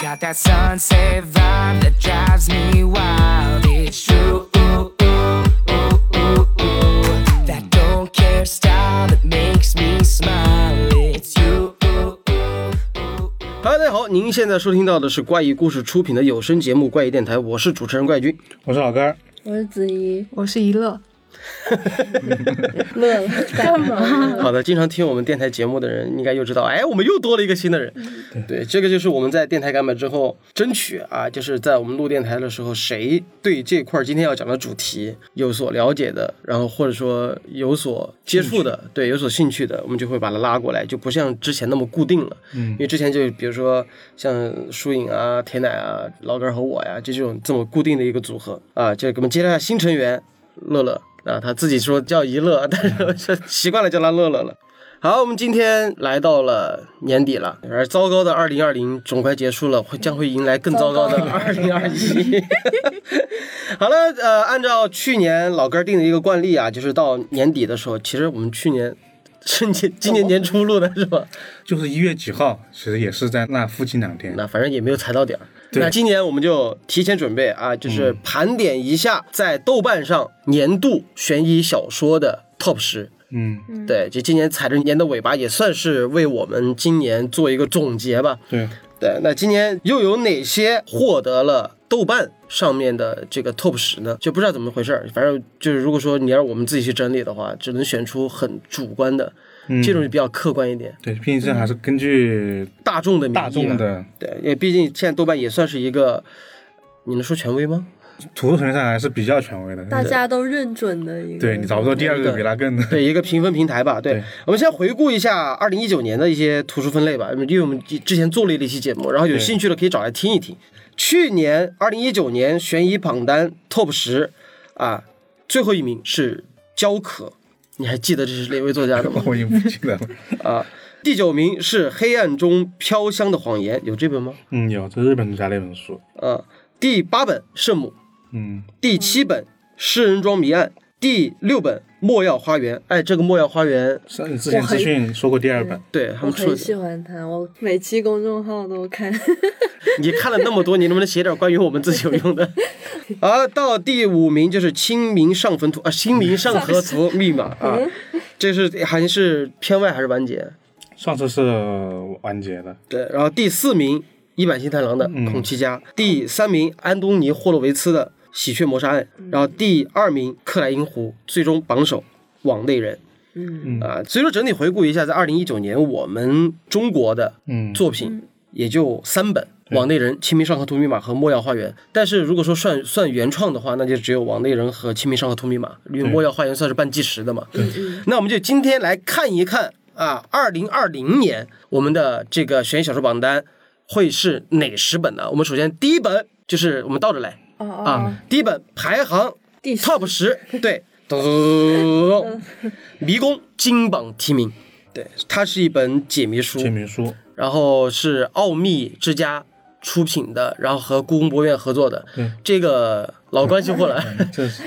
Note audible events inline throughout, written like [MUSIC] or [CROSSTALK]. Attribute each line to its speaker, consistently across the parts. Speaker 1: Got that sunset vibe that drives me wild. It's true. Ooh, ooh, ooh, ooh, ooh. That don't care style that makes me smile. It's you. Ooh, ooh, ooh.
Speaker 2: Hello，大家好，您现在收听到的是怪异故事出品的有声节目《怪异电台》，我是主持人怪君。
Speaker 3: 我是老根儿，
Speaker 4: 我是子怡，
Speaker 5: 我是一
Speaker 2: 嗯
Speaker 5: 乐， [LAUGHS]
Speaker 4: 乐了，干嘛？
Speaker 2: 好的，经常听我们电台节目的人应该又知道，哎，我们又多了一个新的人。对，这个就是我们在电台改版之后争取啊，就是在我们录电台的时候，谁对这块儿今天要讲的主题有所了解的，然后或者说有所接触的，对，有所兴趣的，我们就会把他拉过来，就不像之前那么固定了。嗯，因为之前就比如说像疏影啊、铁奶啊、老根儿和我呀，就这种这么固定的一个组合啊，就给我们接下新成员乐乐啊，他自己说叫一乐，但是我 [LAUGHS] 是习惯了叫他乐乐了。好，我们今天来到了年底了，而糟糕的二零二零总快结束了，会将会迎来更糟糕的二零二 [LAUGHS] 一。好了，呃，按照去年老根儿定的一个惯例啊，就是到年底的时候，其实我们去年是年今年年初录的是吧？
Speaker 3: 就是一月几号，其实也是在那附近两天。
Speaker 2: 那反正也没有踩到点儿。
Speaker 3: 对嗯
Speaker 2: 那今年我们就提前准备啊，就是盘点一下在豆瓣上年度悬疑小说的 Top 十。
Speaker 3: 嗯，
Speaker 2: 对，就今年踩着年的尾巴，也算是为我们今年做一个总结吧。
Speaker 3: 对，
Speaker 2: 对，那今年又有哪些获得了豆瓣上面的这个 top 十呢？就不知道怎么回事儿，反正就是如果说你让我们自己去整理的话，只能选出很主观的，
Speaker 3: 嗯
Speaker 2: 这种比较客观一点，
Speaker 3: 对，毕竟这还是根据
Speaker 2: 大众的民意吧
Speaker 3: 大众的
Speaker 2: 对，因为毕竟现在豆瓣也算是一个，你能说权威吗？
Speaker 3: 图层上还是比较权威的。
Speaker 4: 大家都认准的一个，
Speaker 3: 啊对你找不到第二个比他更的。 [LAUGHS]
Speaker 2: 对，一个评分平台吧。对，
Speaker 3: 对？
Speaker 2: 我们先回顾一下二零一九年的一些图书分类吧，因为我们之前做了一期节目，然后有兴趣的可以找来听一听。去年二零一九年悬疑榜单 Top 十啊，最后一名是焦渴，你还记得这是哪位作家的吗
Speaker 3: [LAUGHS] 我已经不记得了。
Speaker 2: 啊，第九名是《黑暗中飘香的谎言》，有这本吗？
Speaker 3: 嗯，有这是日本作家的一本书。
Speaker 2: 啊，第八本《圣母》，
Speaker 3: 嗯，
Speaker 2: 第七本《诗人庄谜案》，第六本《莫药花园》。哎，这个《莫药花园》，
Speaker 3: 上之前资讯说过第二本，
Speaker 2: 对他
Speaker 4: 我
Speaker 2: 们出
Speaker 4: 很
Speaker 2: 的，
Speaker 4: 喜欢他，我每期公众号都看。 [LAUGHS]
Speaker 2: 你看了那么多，你能不能写点关于我们自己有用
Speaker 4: [LAUGHS]
Speaker 2: 的？啊，到第五名就是《清明上坟图》啊，《清明上河图》密码啊，
Speaker 4: 嗯
Speaker 2: 这是好像是片外还是完结？
Speaker 3: 上次是完结的。
Speaker 2: 对，然后第四名一坂新太郎的《孔七家》，第三名安东尼·霍洛维茨的《喜鹊谋杀案》，然后第二名克莱因湖，最终榜首《网内人》。嗯啊，所以说整体回顾一下，在二零一九年我们中国的
Speaker 3: 嗯，
Speaker 2: 作品也就三本，网内人》《清明上河图密码》和《莫要花园》。但是如果说算算原创的话，那就只有《网内人》和《清明上河图密码》，因为《莫要花园》算是半计时的嘛。那我们就今天来看一看啊，二零二零年我们的这个悬疑小说榜单会是哪十本呢？我们首先第一本就是我们倒着来
Speaker 4: 哦哦，哦
Speaker 2: 啊，第一本排行
Speaker 4: 第十
Speaker 2: top 十，对，咚咚咚咚咚咚，迷宫金榜题名。对，它是一本解谜书，
Speaker 3: 签名书。
Speaker 2: 然后是奥秘之家出品的，然后和故宫博物院合作的。
Speaker 3: 对
Speaker 2: 这个老关系户了，
Speaker 3: 这是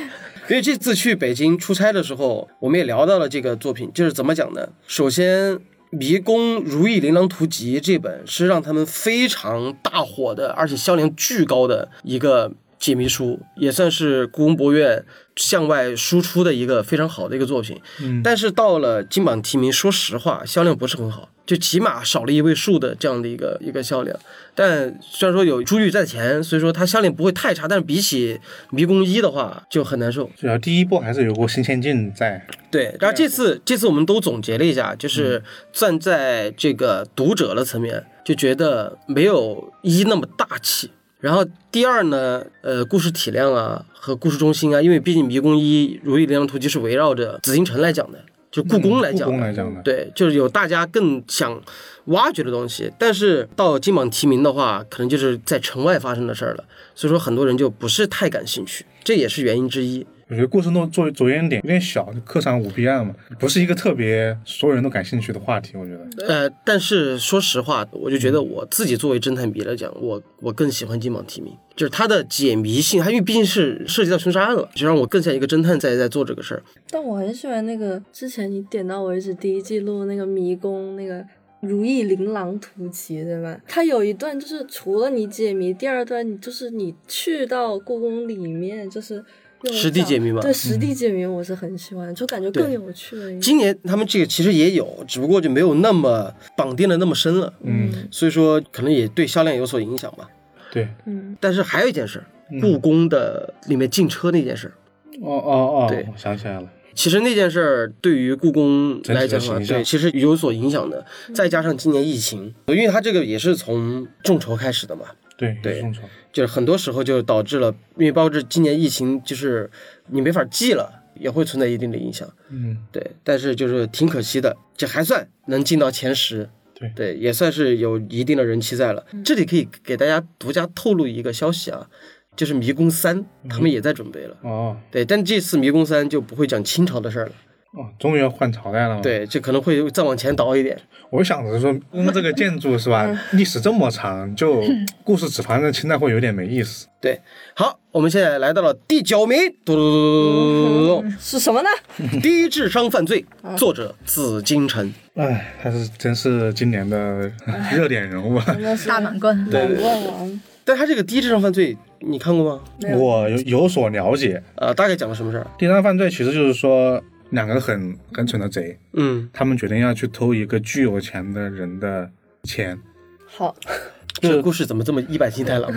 Speaker 2: 因为这次去北京出差的时候，我们也聊到了这个作品，就是怎么讲呢？首先，《迷宫如意琳琅图集》这本是让他们非常大火的，而且销量巨高的一个解谜书，也算是故宫博物院向外输出的一个非常好的一个作品。
Speaker 3: 嗯
Speaker 2: 但是到了金榜题名，说实话，销量不是很好，就起码少了一位数的这样的一个一个销量。但虽然说有珠玉在前，所以说它销量不会太差，但是比起迷宫一的话就很难受。
Speaker 3: 主要第一部还是有过新鲜劲在。
Speaker 2: 对，然后这次这次我们都总结了一下，
Speaker 3: 嗯
Speaker 2: 就是站在这个读者的层面，就觉得没有一那么大气。然后第二呢，呃，故事体量啊和故事中心啊，因为毕竟《迷宫一如意琳琅图集》是围绕着紫禁城来讲的，就故宫来
Speaker 3: 嗯故
Speaker 2: 讲的。
Speaker 3: 宫来讲的。
Speaker 2: 对，就是有大家更想挖掘的东西，但是到金榜题名的话，可能就是在城外发生的事儿了，所以说很多人就不是太感兴趣，这也是原因之一。
Speaker 3: 我觉得故事弄着着眼点有点小，就客场舞弊案嘛，不是一个特别所有人都感兴趣的话题。我觉得，
Speaker 2: 呃，但是说实话，我就觉得我自己作为侦探迷来讲，我我更喜欢金榜题名，就是它的解谜性，它因为毕竟是涉及到凶杀案了，就让我更像一个侦探在在做这个事儿。
Speaker 4: 但我很喜欢那个之前你点到为止第一季录那个迷宫那个如意琳琅突奇，对吧？它有一段就是除了你解谜，第二段就是你去到故宫里面，就是用
Speaker 2: 实地
Speaker 4: 找
Speaker 2: 解谜嘛
Speaker 4: 对，实地解谜我是很喜欢，就感觉更
Speaker 2: 对
Speaker 4: 有趣了一点。
Speaker 2: 今年他们这个其实也有，只不过就没有那么绑定的那么深了，
Speaker 3: 嗯，
Speaker 2: 所以说可能也对销量有所影响吧。
Speaker 3: 对，
Speaker 4: 嗯，
Speaker 2: 但是还有一件事，
Speaker 3: 嗯
Speaker 2: 故宫的里面进车那件事，
Speaker 3: 哦哦哦，
Speaker 2: 对
Speaker 3: 我想起来了，
Speaker 2: 其实那件事儿对于故宫来讲啊，
Speaker 3: 整体的形象
Speaker 2: 对，其实有所影响的。再加上今年疫情，因为它这个也是从众筹开始的嘛，
Speaker 3: 对，
Speaker 2: 对
Speaker 3: 宋朝，
Speaker 2: 就是很多时候就导致了，因为包括今年疫情，就是你没法寄了，也会存在一定的影响。
Speaker 3: 嗯，
Speaker 2: 对，但是就是挺可惜的，这还算能进到前十。
Speaker 3: 对
Speaker 2: 对，也算是有一定的人气在了。这里可以给大家独家透露一个消息啊，就是《迷宫三》他们也在准备了。
Speaker 3: 哦
Speaker 2: 对，但这次《迷宫三》就不会讲清朝的事儿了。
Speaker 3: 哦，终于要换朝代了嘛，，
Speaker 2: 对，这可能会再往前倒一点。
Speaker 3: 我想着说，故宫这个建筑是吧，历史这么长，就故事只放在清代会有点没意思。
Speaker 2: 对，好，我们现在来到了第九名，嘟嘟嘟嘟嘟嘟
Speaker 4: 是什么呢？
Speaker 2: 嘟，低智商犯罪，作者紫金陈。
Speaker 3: 哎，他是真是今年的热点人物啊。
Speaker 5: 大满贯，
Speaker 4: 满贯王
Speaker 2: 但他这个低智商犯罪，你看过吗？
Speaker 3: 我有有所了解，
Speaker 2: 呃，大概讲了什么事儿？
Speaker 3: 第三犯罪其实就是说两个很很蠢的贼，
Speaker 2: 嗯，
Speaker 3: 他们决定要去偷一个巨有钱的人的钱。
Speaker 4: 好，
Speaker 2: 这个故事怎么这么一百斤太
Speaker 3: [LAUGHS]
Speaker 2: 啊郎？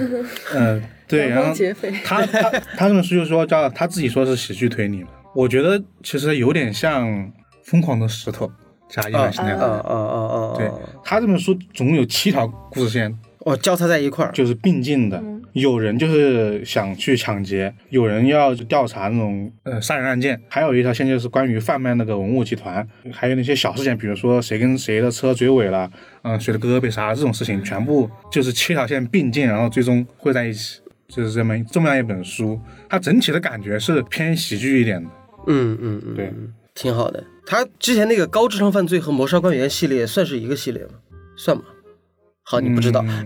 Speaker 3: 嗯、对，然
Speaker 4: 阳
Speaker 3: 后
Speaker 4: 光劫匪 [LAUGHS]
Speaker 3: 他他他这本书就说叫他自己说是喜剧推理嘛，我觉得其实有点像《疯狂的石头》加一百新太
Speaker 2: 啊
Speaker 3: 郎。
Speaker 2: 啊啊啊！啊
Speaker 3: 对他这本书总有七条故事线，
Speaker 2: 哦，交叉在一块儿。
Speaker 3: 就是并进的。有人就是想去抢劫，有人要调查那种呃杀人案件，还有一条线就是关于贩卖那个文物集团，还有那些小事件，比如说谁跟谁的车追尾了，嗯、谁的哥哥被杀了这种事情，全部就是七条线并进，然后最终汇在一起，就是这么这么样一本书。它整体的感觉是偏喜剧一点的。
Speaker 2: 嗯嗯嗯，
Speaker 3: 对，
Speaker 2: 挺好的。他之前那个高智商犯罪和谋杀官员系列算是一个系列吗？算吗？好，啊你不知道。
Speaker 3: 嗯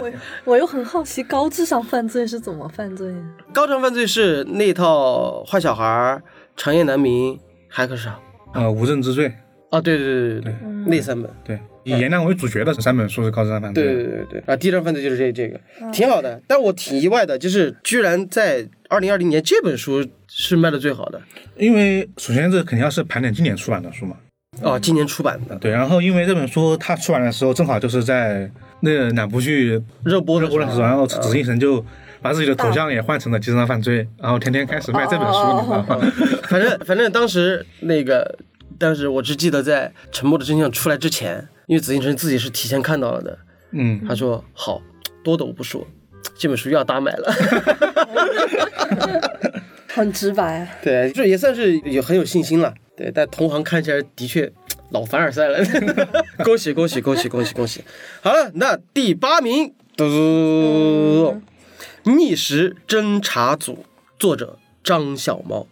Speaker 4: 我我又很好奇高智商犯罪是怎么犯罪啊呀、
Speaker 2: 高智商犯罪是那套坏小孩儿、长夜难明、还可少
Speaker 3: [LAUGHS] 呃，无证之罪，
Speaker 2: 啊，对对对对
Speaker 3: 对
Speaker 2: 对，那三本。
Speaker 3: 对，以颜良为主角的这三本书是高智商犯罪。
Speaker 2: 嗯对对对对，啊，低智商犯罪就是这这个，挺好的。但我挺意外的，就是居然在二零二零年这本书是卖的最好的
Speaker 3: 因为首先这肯定要是盘点经典出版的书嘛。
Speaker 2: 哦，今年出版的
Speaker 3: 对，然后因为这本书它出版的时候，正好就是在那两部剧
Speaker 2: 热播的
Speaker 3: 热播的时候，然后紫禁城就把自己的头像也换成了《极商犯罪》，然后天天开始卖这本书，你知
Speaker 2: 哦
Speaker 3: 道吗？
Speaker 2: 反正反正当时那个，当时我只记得在《沉默的真相》出来之前，因为紫禁城自己是提前看到了的，
Speaker 3: [LAUGHS] 嗯，
Speaker 2: 他说好多的我不说，这本书又要大卖了。 [LAUGHS]
Speaker 4: 很直白、啊，
Speaker 2: [LAUGHS] 对，这也算是有很有信心了。对，但同行看起来的确老凡尔赛了。 [LAUGHS] 恭喜恭喜恭喜恭喜恭喜！好了，那第八名，嘟，逆时侦查组，作者张小猫，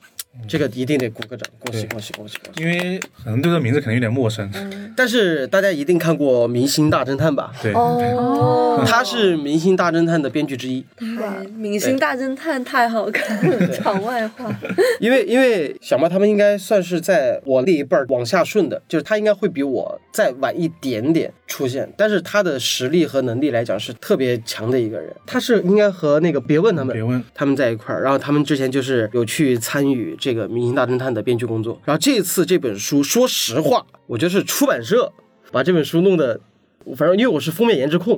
Speaker 2: 这个一定得鼓个掌，恭喜
Speaker 3: 对
Speaker 2: 恭喜恭喜恭喜！
Speaker 3: 因为可能对这名字可能有点陌生，
Speaker 2: 但是大家一定看过《明星大侦探》吧？
Speaker 3: 对，
Speaker 4: 哦，
Speaker 2: 他是《明星大侦探》的编剧之一，
Speaker 4: 太 [LAUGHS] 明星大侦探太好看了，场外
Speaker 3: [LAUGHS]
Speaker 4: 话，
Speaker 2: 因为因为小猫他们应该算是在我那一辈儿往下顺的，就是他应该会比我再晚一点点出现，但是他的实力和能力来讲是特别强的一个人，他是应该和那个别问他们
Speaker 3: 别问，
Speaker 2: 他们在一块儿，然后他们之前就是有去参与这个《明星大侦探》的编剧工作，然后这次这本书，说实话，我觉得是出版社把这本书弄得，反正因为我是封面颜值控，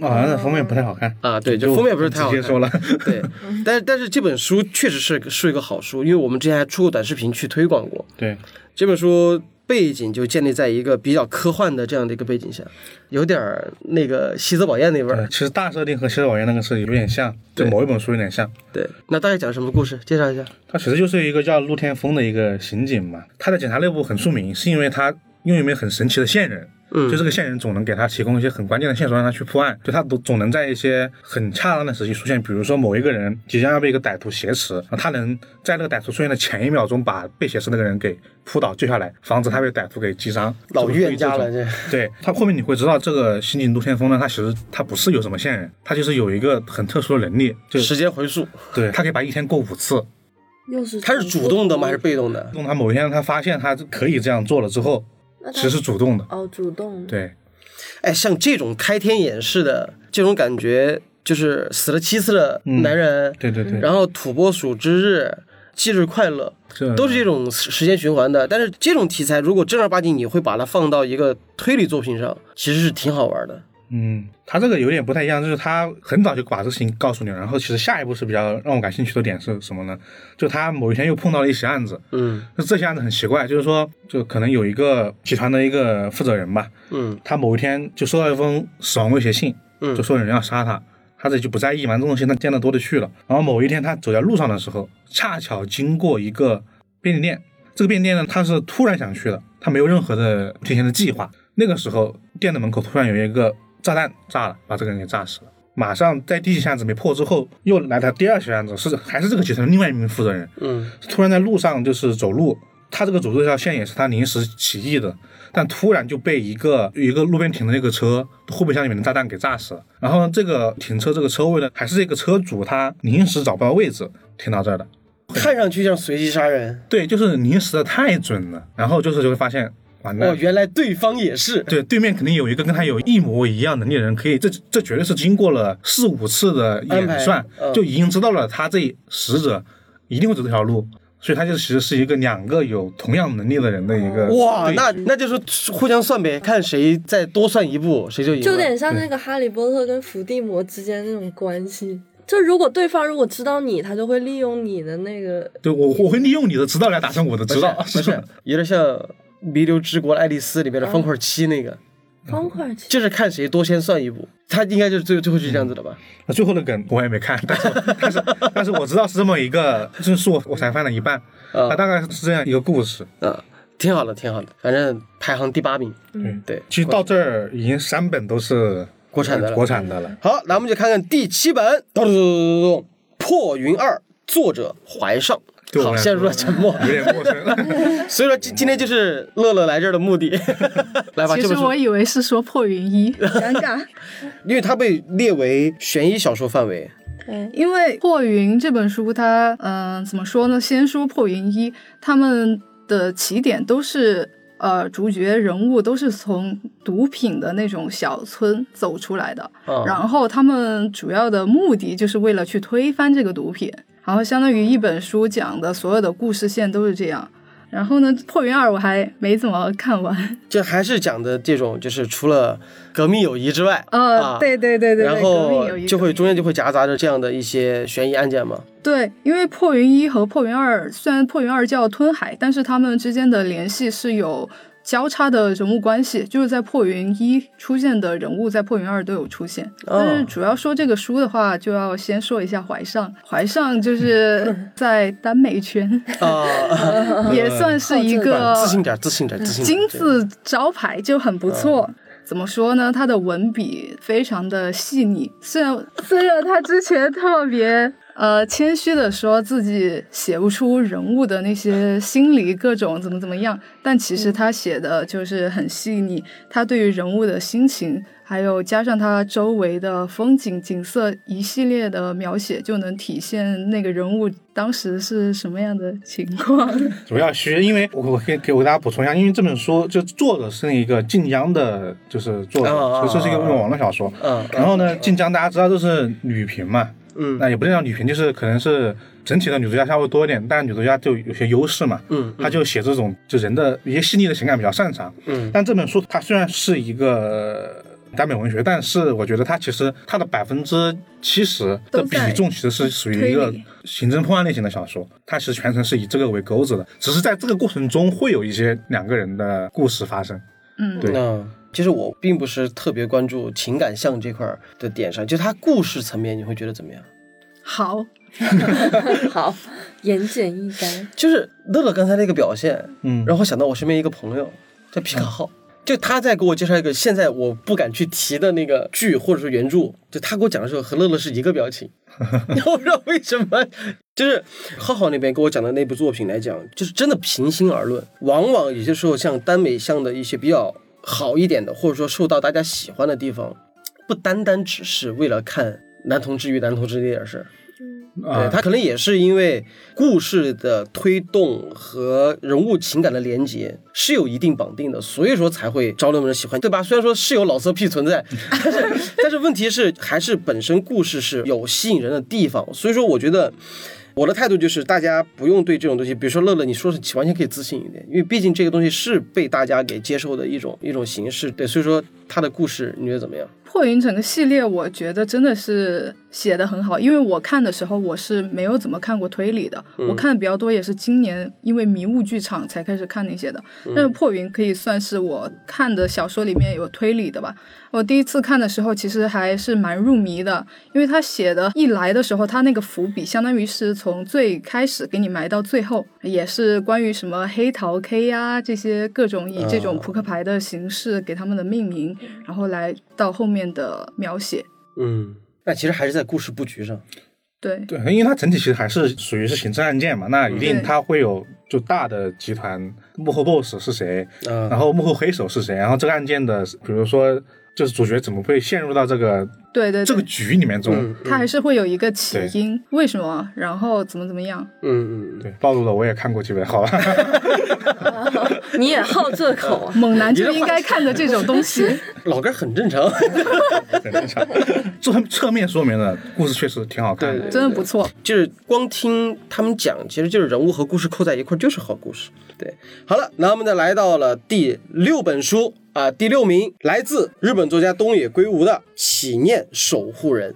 Speaker 3: 啊，那封面不太好看
Speaker 2: 啊对这封面不是太好看
Speaker 3: 直接说了， [LAUGHS]
Speaker 2: 对，但是但是这本书确实是是一个好书，因为我们之前还出过短视频去推广过。
Speaker 3: 对，
Speaker 2: 这本书背景就建立在一个比较科幻的这样的一个背景下，有点儿那个西泽宝彦那味
Speaker 3: 呃
Speaker 2: 儿。
Speaker 3: 其实大设定和《西游宝那个是有点像，就
Speaker 2: 对
Speaker 3: 某一本书有点像。
Speaker 2: 对，那大概讲什么故事？介绍一下。
Speaker 3: 他其实就是一个叫陆天峰的一个刑警嘛，他在警察内部很出名，是因为他拥有一名很神奇的线人。
Speaker 2: 嗯
Speaker 3: 就这个线人总能给他提供一些很关键的线索，让他去破案。就他总总能在一些很恰当的时机出现，比如说某一个人即将要被一个歹徒挟持，然后他能在那个歹徒出现的前一秒钟把被挟持那个人给扑倒、救下来，防止他被歹徒给击伤。
Speaker 2: 老预言家了，
Speaker 3: 这
Speaker 2: 这
Speaker 3: 对他后面你会知道，这个刑警陆天峰呢，他其实他不是有什么线人，他就是有一个很特殊的能力，就
Speaker 2: 时
Speaker 3: 是
Speaker 2: 间回溯，
Speaker 3: 对他可以把一天过五次。
Speaker 4: 又是
Speaker 2: 他是主动的吗？还是被动的？
Speaker 3: 动他某一天他发现他可以这样做了之后，
Speaker 4: 那他
Speaker 3: 其实是主动的。
Speaker 4: 哦，主动
Speaker 3: 对，
Speaker 2: 哎，像这种开天眼式的这种感觉，就是死了七次的男人，
Speaker 3: 对对对，
Speaker 2: 嗯然后土拨鼠之日、忌日快乐，
Speaker 3: 这
Speaker 2: 都是这种时时间循环的。但是这种题材，如果正儿八经你会把它放到一个推理作品上，其实是挺好玩的。
Speaker 3: 嗯，他这个有点不太一样，就是他很早就把这个事情告诉你了，然后其实下一步是比较让我感兴趣的点是什么呢？就他某一天又碰到了一起案子，
Speaker 2: 嗯
Speaker 3: 那这起案子很奇怪，就是说，就可能有一个集团的一个负责人吧，
Speaker 2: 嗯
Speaker 3: 他某一天就收到一封死亡威胁信，
Speaker 2: 嗯
Speaker 3: 就说有人要杀他，他这就不在意嘛，这种东西他见得多的去了。然后某一天他走在路上的时候，恰巧经过一个便利店，这个便利店呢，他是突然想去的，他没有任何的提前的计划。那个时候店的门口突然有一个炸弹炸了，把这个人给炸死了。马上在第一起案子没破之后，又来他第二起案子，是还是这个集团的另外一名负责人，
Speaker 2: 嗯
Speaker 3: 突然在路上就是走路，他这个走路这条线也是他临时起意的，但突然就被一个一个路边停的那个车后备箱里面的炸弹给炸死了。然后呢，这个停车这个车位呢，还是这个车主他临时找不到位置停到这儿的。
Speaker 2: 看上去像随机杀人，
Speaker 3: 对，就是临时的太准了。然后就是就会发现，完蛋
Speaker 2: 哦，，原来对方也是。
Speaker 3: 对，对面肯定有一个跟他有一模一样能力的人，可以，这这绝对是经过了四五次的
Speaker 2: 安排
Speaker 3: 演算，
Speaker 2: 嗯
Speaker 3: 就已经知道了他这死者一定会走这条路，所以他就其实是一个两个有同样能力的人的一个
Speaker 2: 哇，
Speaker 3: 对
Speaker 2: 那那就是互相算呗，看谁再多算一步，谁就赢了。
Speaker 4: 就有点像那个哈利波特跟伏地魔之间那种关系。就如果对方如果知道你，他就会利用你的那个，
Speaker 3: 对我我会利用你的指导来打上我的指导，
Speaker 2: 不
Speaker 3: [LAUGHS]
Speaker 2: 是，不是有点像《弥留之国的爱丽丝》里面的方块七那个，
Speaker 4: 方块棋。
Speaker 2: 就是看谁多先算一步，他应该就是最最后是这样子的吧？
Speaker 3: 那最后的梗我也没看，但是 [LAUGHS] 但是但是我知道是这么一个，这是我我才翻了一半，
Speaker 2: 嗯
Speaker 3: 它大概是这样一个故事。
Speaker 2: 啊，挺好的，挺好的，反正排行第八名，
Speaker 3: 嗯，
Speaker 2: 对，
Speaker 3: 其实到这儿已经三本都是
Speaker 2: 国产的了
Speaker 3: 国产的了。
Speaker 2: 好，那我们就看看第七本，咚咚咚咚咚，《破云二》，作者怀上。
Speaker 3: 对我
Speaker 2: 好，
Speaker 3: 来
Speaker 2: 陷入了
Speaker 3: 说
Speaker 2: 沉默。 [LAUGHS]
Speaker 3: 有点陌生， [LAUGHS]
Speaker 2: 所以说今今天就是乐乐来这儿的目的， [LAUGHS] 来吧，这
Speaker 5: 其实
Speaker 2: 本书
Speaker 5: 我以为是说破云
Speaker 2: [LAUGHS]
Speaker 5: 一，
Speaker 6: 尴尬。
Speaker 2: 因为它被列为悬疑小说范围，
Speaker 3: 嗯
Speaker 4: 对，
Speaker 6: 因为
Speaker 5: 破云这本书它，嗯、怎么说呢？先说破云一，他们的起点都是呃，主角人物都是从毒品的那种小村走出来的，
Speaker 2: 嗯
Speaker 5: 然后他们主要的目的就是为了去推翻这个毒品，然后相当于一本书讲的所有的故事线都是这样。然后呢，破云二我还没怎么看完，
Speaker 2: 这还是讲的这种，就是除了革命友谊之外，
Speaker 5: 呃，
Speaker 2: 啊
Speaker 5: 对对对对对，
Speaker 2: 然
Speaker 5: 革命
Speaker 2: 后
Speaker 5: 友谊
Speaker 2: 就
Speaker 5: 革
Speaker 2: 会
Speaker 5: 命
Speaker 2: 中间就会夹杂着这样的一些悬疑案件
Speaker 5: [LAUGHS]
Speaker 2: 嘛。
Speaker 5: 对，因为破云一和破云二，虽然破云二叫吞海，但是他们之间的联系是有交叉的人物关系，就是在破云一出现的人物，在破云二都有出现。但是
Speaker 2: 哦
Speaker 5: 主要说这个书的话，就要先说一下怀上，怀
Speaker 2: [LAUGHS]
Speaker 5: 上就是在耽美圈
Speaker 2: 啊，
Speaker 5: 也算是一个
Speaker 2: 自信点儿，自信点儿，自信点
Speaker 5: 哦金
Speaker 2: 儿。对
Speaker 5: 字招牌就很不错。怎么说呢？他的文笔非常的细腻，虽然虽然他之前特别呃谦虚的说自己写不出人物的那些心理各种怎么怎么样，但其实他写的就是很细腻，他对于人物的心情，还有加上他周围的风景景色一系列的描写，就能体现那个人物当时是什么样的情况。 [LAUGHS]
Speaker 3: 主要虚，因为我我可以给我给大家补充一下，因为这本书就作者是一个晋江的，就是作者，
Speaker 2: 啊啊
Speaker 3: 所以这是一个
Speaker 2: 啊啊
Speaker 3: 网络小说。
Speaker 2: 嗯
Speaker 3: 然后呢，晋江大家知道都是女频嘛，
Speaker 2: 嗯
Speaker 3: 那也不能叫女频，就是可能是整体的女主角稍微多一点，但女主角就有些优势嘛，
Speaker 2: 嗯
Speaker 3: 她就写这种就人的一些细腻的情感比较擅长，
Speaker 2: 嗯
Speaker 3: 但这本书它虽然是一个呃耽美文学，但是我觉得它其实它的百分之七十的
Speaker 5: 都
Speaker 3: 比
Speaker 5: 在
Speaker 3: 重其实是属于一个
Speaker 5: 推理
Speaker 3: 刑侦破案类型的小说，它其实全程是以这个为钩子的，只是在这个过程中会有一些两个人的故事发生，
Speaker 5: 嗯，
Speaker 3: 对
Speaker 2: 那其实我并不是特别关注情感向这块儿的点上，就它故事层面，你会觉得怎么样？
Speaker 5: 好。
Speaker 4: [LAUGHS] 好，言简意赅。
Speaker 2: 就是乐乐刚才那个表现，
Speaker 3: 嗯
Speaker 2: 然后想到我身边一个朋友叫皮卡浩，就他在给我介绍一个现在我不敢去提的那个剧或者说原著，就他给我讲的时候和乐乐是一个表情， [LAUGHS] 我不知道为什么。就是浩浩那边给我讲的那部作品来讲，就是真的平心而论，往往有些时候像耽美向的一些比较好一点的，或者说受到大家喜欢的地方，不单单只是为了看男同志与男同志那点事儿，
Speaker 3: 呃
Speaker 2: 对，呃他可能也是因为故事的推动和人物情感的连接是有一定绑定的，所以说才会招那么多人喜欢，对吧？虽然说是有老色批存 [LAUGHS] 在，但是但是问题是还是本身故事是有吸引人的地方，所以说我觉得。我的态度就是，大家不用对这种东西，比如说乐乐，你说是完全可以自信一点，因为毕竟这个东西是被大家给接受的一种一种形式，对，所以说它的故事你觉得怎么样？
Speaker 5: 破云整个系列，我觉得真的是写的很好，因为我看的时候我是没有怎么看过推理的，我看的比较多也是今年因为迷雾剧场才开始看那些的。
Speaker 2: 嗯
Speaker 5: 但是破云可以算是我看的小说里面有推理的吧。我第一次看的时候其实还是蛮入迷的，因为他写的一来的时候，他那个伏笔相当于是从最开始给你埋到最后，也是关于什么黑桃 K 呀、这些各种以这种
Speaker 2: 啊
Speaker 5: 扑克牌的形式给他们的命名，然后来到后面的描写。
Speaker 2: 嗯，那其实还是在故事布局上，
Speaker 5: 对，
Speaker 3: 对，因为它整体其实还是属于是刑事案件嘛，那一定
Speaker 5: 对
Speaker 3: 它会有就大的集团幕后 boss 是谁，
Speaker 2: 啊、
Speaker 3: 然后幕后黑手是谁，然后这个案件的，比如说就是主角怎么会陷入到这个
Speaker 5: 对对
Speaker 3: 这个
Speaker 5: 对，
Speaker 3: 局里面中，
Speaker 2: 嗯
Speaker 5: 他还是会有一个起
Speaker 3: 对
Speaker 5: 因，为什么，然后怎么怎么样。
Speaker 2: 嗯嗯嗯，
Speaker 3: 对，暴露了我也看过几本，好吧， [LAUGHS]
Speaker 4: 你也好这口啊？
Speaker 5: 猛男就应该看的这种东西，
Speaker 2: [LAUGHS] 老根儿很正常，
Speaker 3: 很正常。侧侧面说明了故事确实挺好看
Speaker 5: [LAUGHS]
Speaker 2: 对
Speaker 3: 的，
Speaker 5: 真的不错。
Speaker 2: 就是光听他们讲，其实就是人物和故事扣在一块儿就是好故事。对，好了，那我们呢来到了第六本书啊、第六名来自日本作家东野圭吾的《祈念守护人》。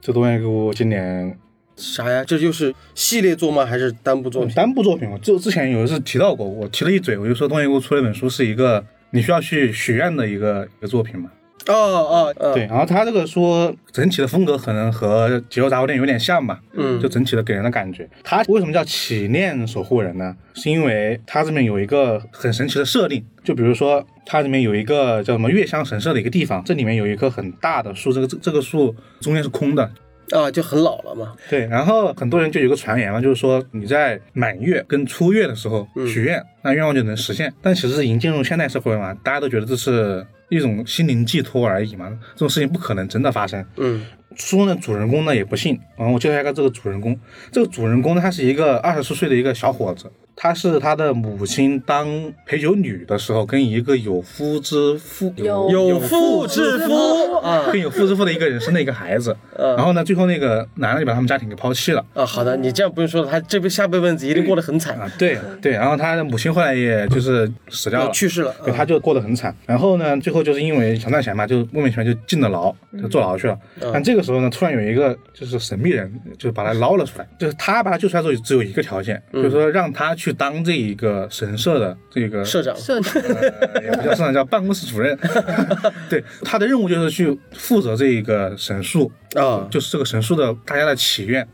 Speaker 3: 这东野圭吾今年
Speaker 2: 啥呀？这就是系列作吗？还是单部作品？
Speaker 3: 单部作品嘛，就之前有一次提到过，我提了一嘴，我就说东野圭吾出了一本书是一个你需要去许愿的一个一个作品嘛。
Speaker 2: 哦哦，哦
Speaker 3: 对，，然后他这个说整体的风格可能和《节奏杂货店》有点像吧，
Speaker 2: 嗯
Speaker 3: 就整体的给人的感觉。他为什么叫祈念守护人呢？是因为它这边有一个很神奇的设定，就比如说它里面有一个叫什么月香神社的一个地方，这里面有一棵很大的树，这个这这个树中间是空的。
Speaker 2: 啊，就很老了嘛。
Speaker 3: 对，然后很多人就有个传言嘛，就是说你在满月跟初月的时候
Speaker 2: 嗯
Speaker 3: 许愿，那愿望就能实现。但其实已经进入现代社会嘛，大家都觉得这是一种心灵寄托而已嘛，这种事情不可能真的发生。
Speaker 2: 嗯
Speaker 3: 书呢，主人公呢也不信。然后我介绍一下这个主人公，这个主人公呢，他是一个二十四岁的一个小伙子，他是他的母亲当陪酒女的时候，跟一个有夫之妇
Speaker 4: 有
Speaker 2: 有妇之夫啊
Speaker 3: 更有夫之妇的一个人生的一个孩子。
Speaker 2: 嗯
Speaker 3: 然后呢，最后那个男的就把他们家庭给抛弃了。
Speaker 2: 啊，好嗯的，你这样不用说了，他这辈下辈子一定过得很惨，
Speaker 3: 啊，对对，然后他的母亲后来也就是死掉
Speaker 2: 要
Speaker 3: 了，
Speaker 2: 去世了。啊
Speaker 3: 对，他就过得很惨。然后呢，最后就是因为想赚钱嘛，就莫名其妙就进了牢，就坐牢去了。
Speaker 2: 嗯
Speaker 3: 但这个时候呢，突然有一个就是神秘人，就是把他捞了出来。就是他把他救出来之后，只有一个条件，
Speaker 2: 嗯
Speaker 3: 就是说让他去当这一个神社的这个
Speaker 2: 社长，
Speaker 5: 社长，
Speaker 3: 呃也不叫社长，叫办公室主任。 [LAUGHS] 对，他的任务就是去负责这一个神树
Speaker 2: 啊
Speaker 3: 就是这个神树的大家的祈愿。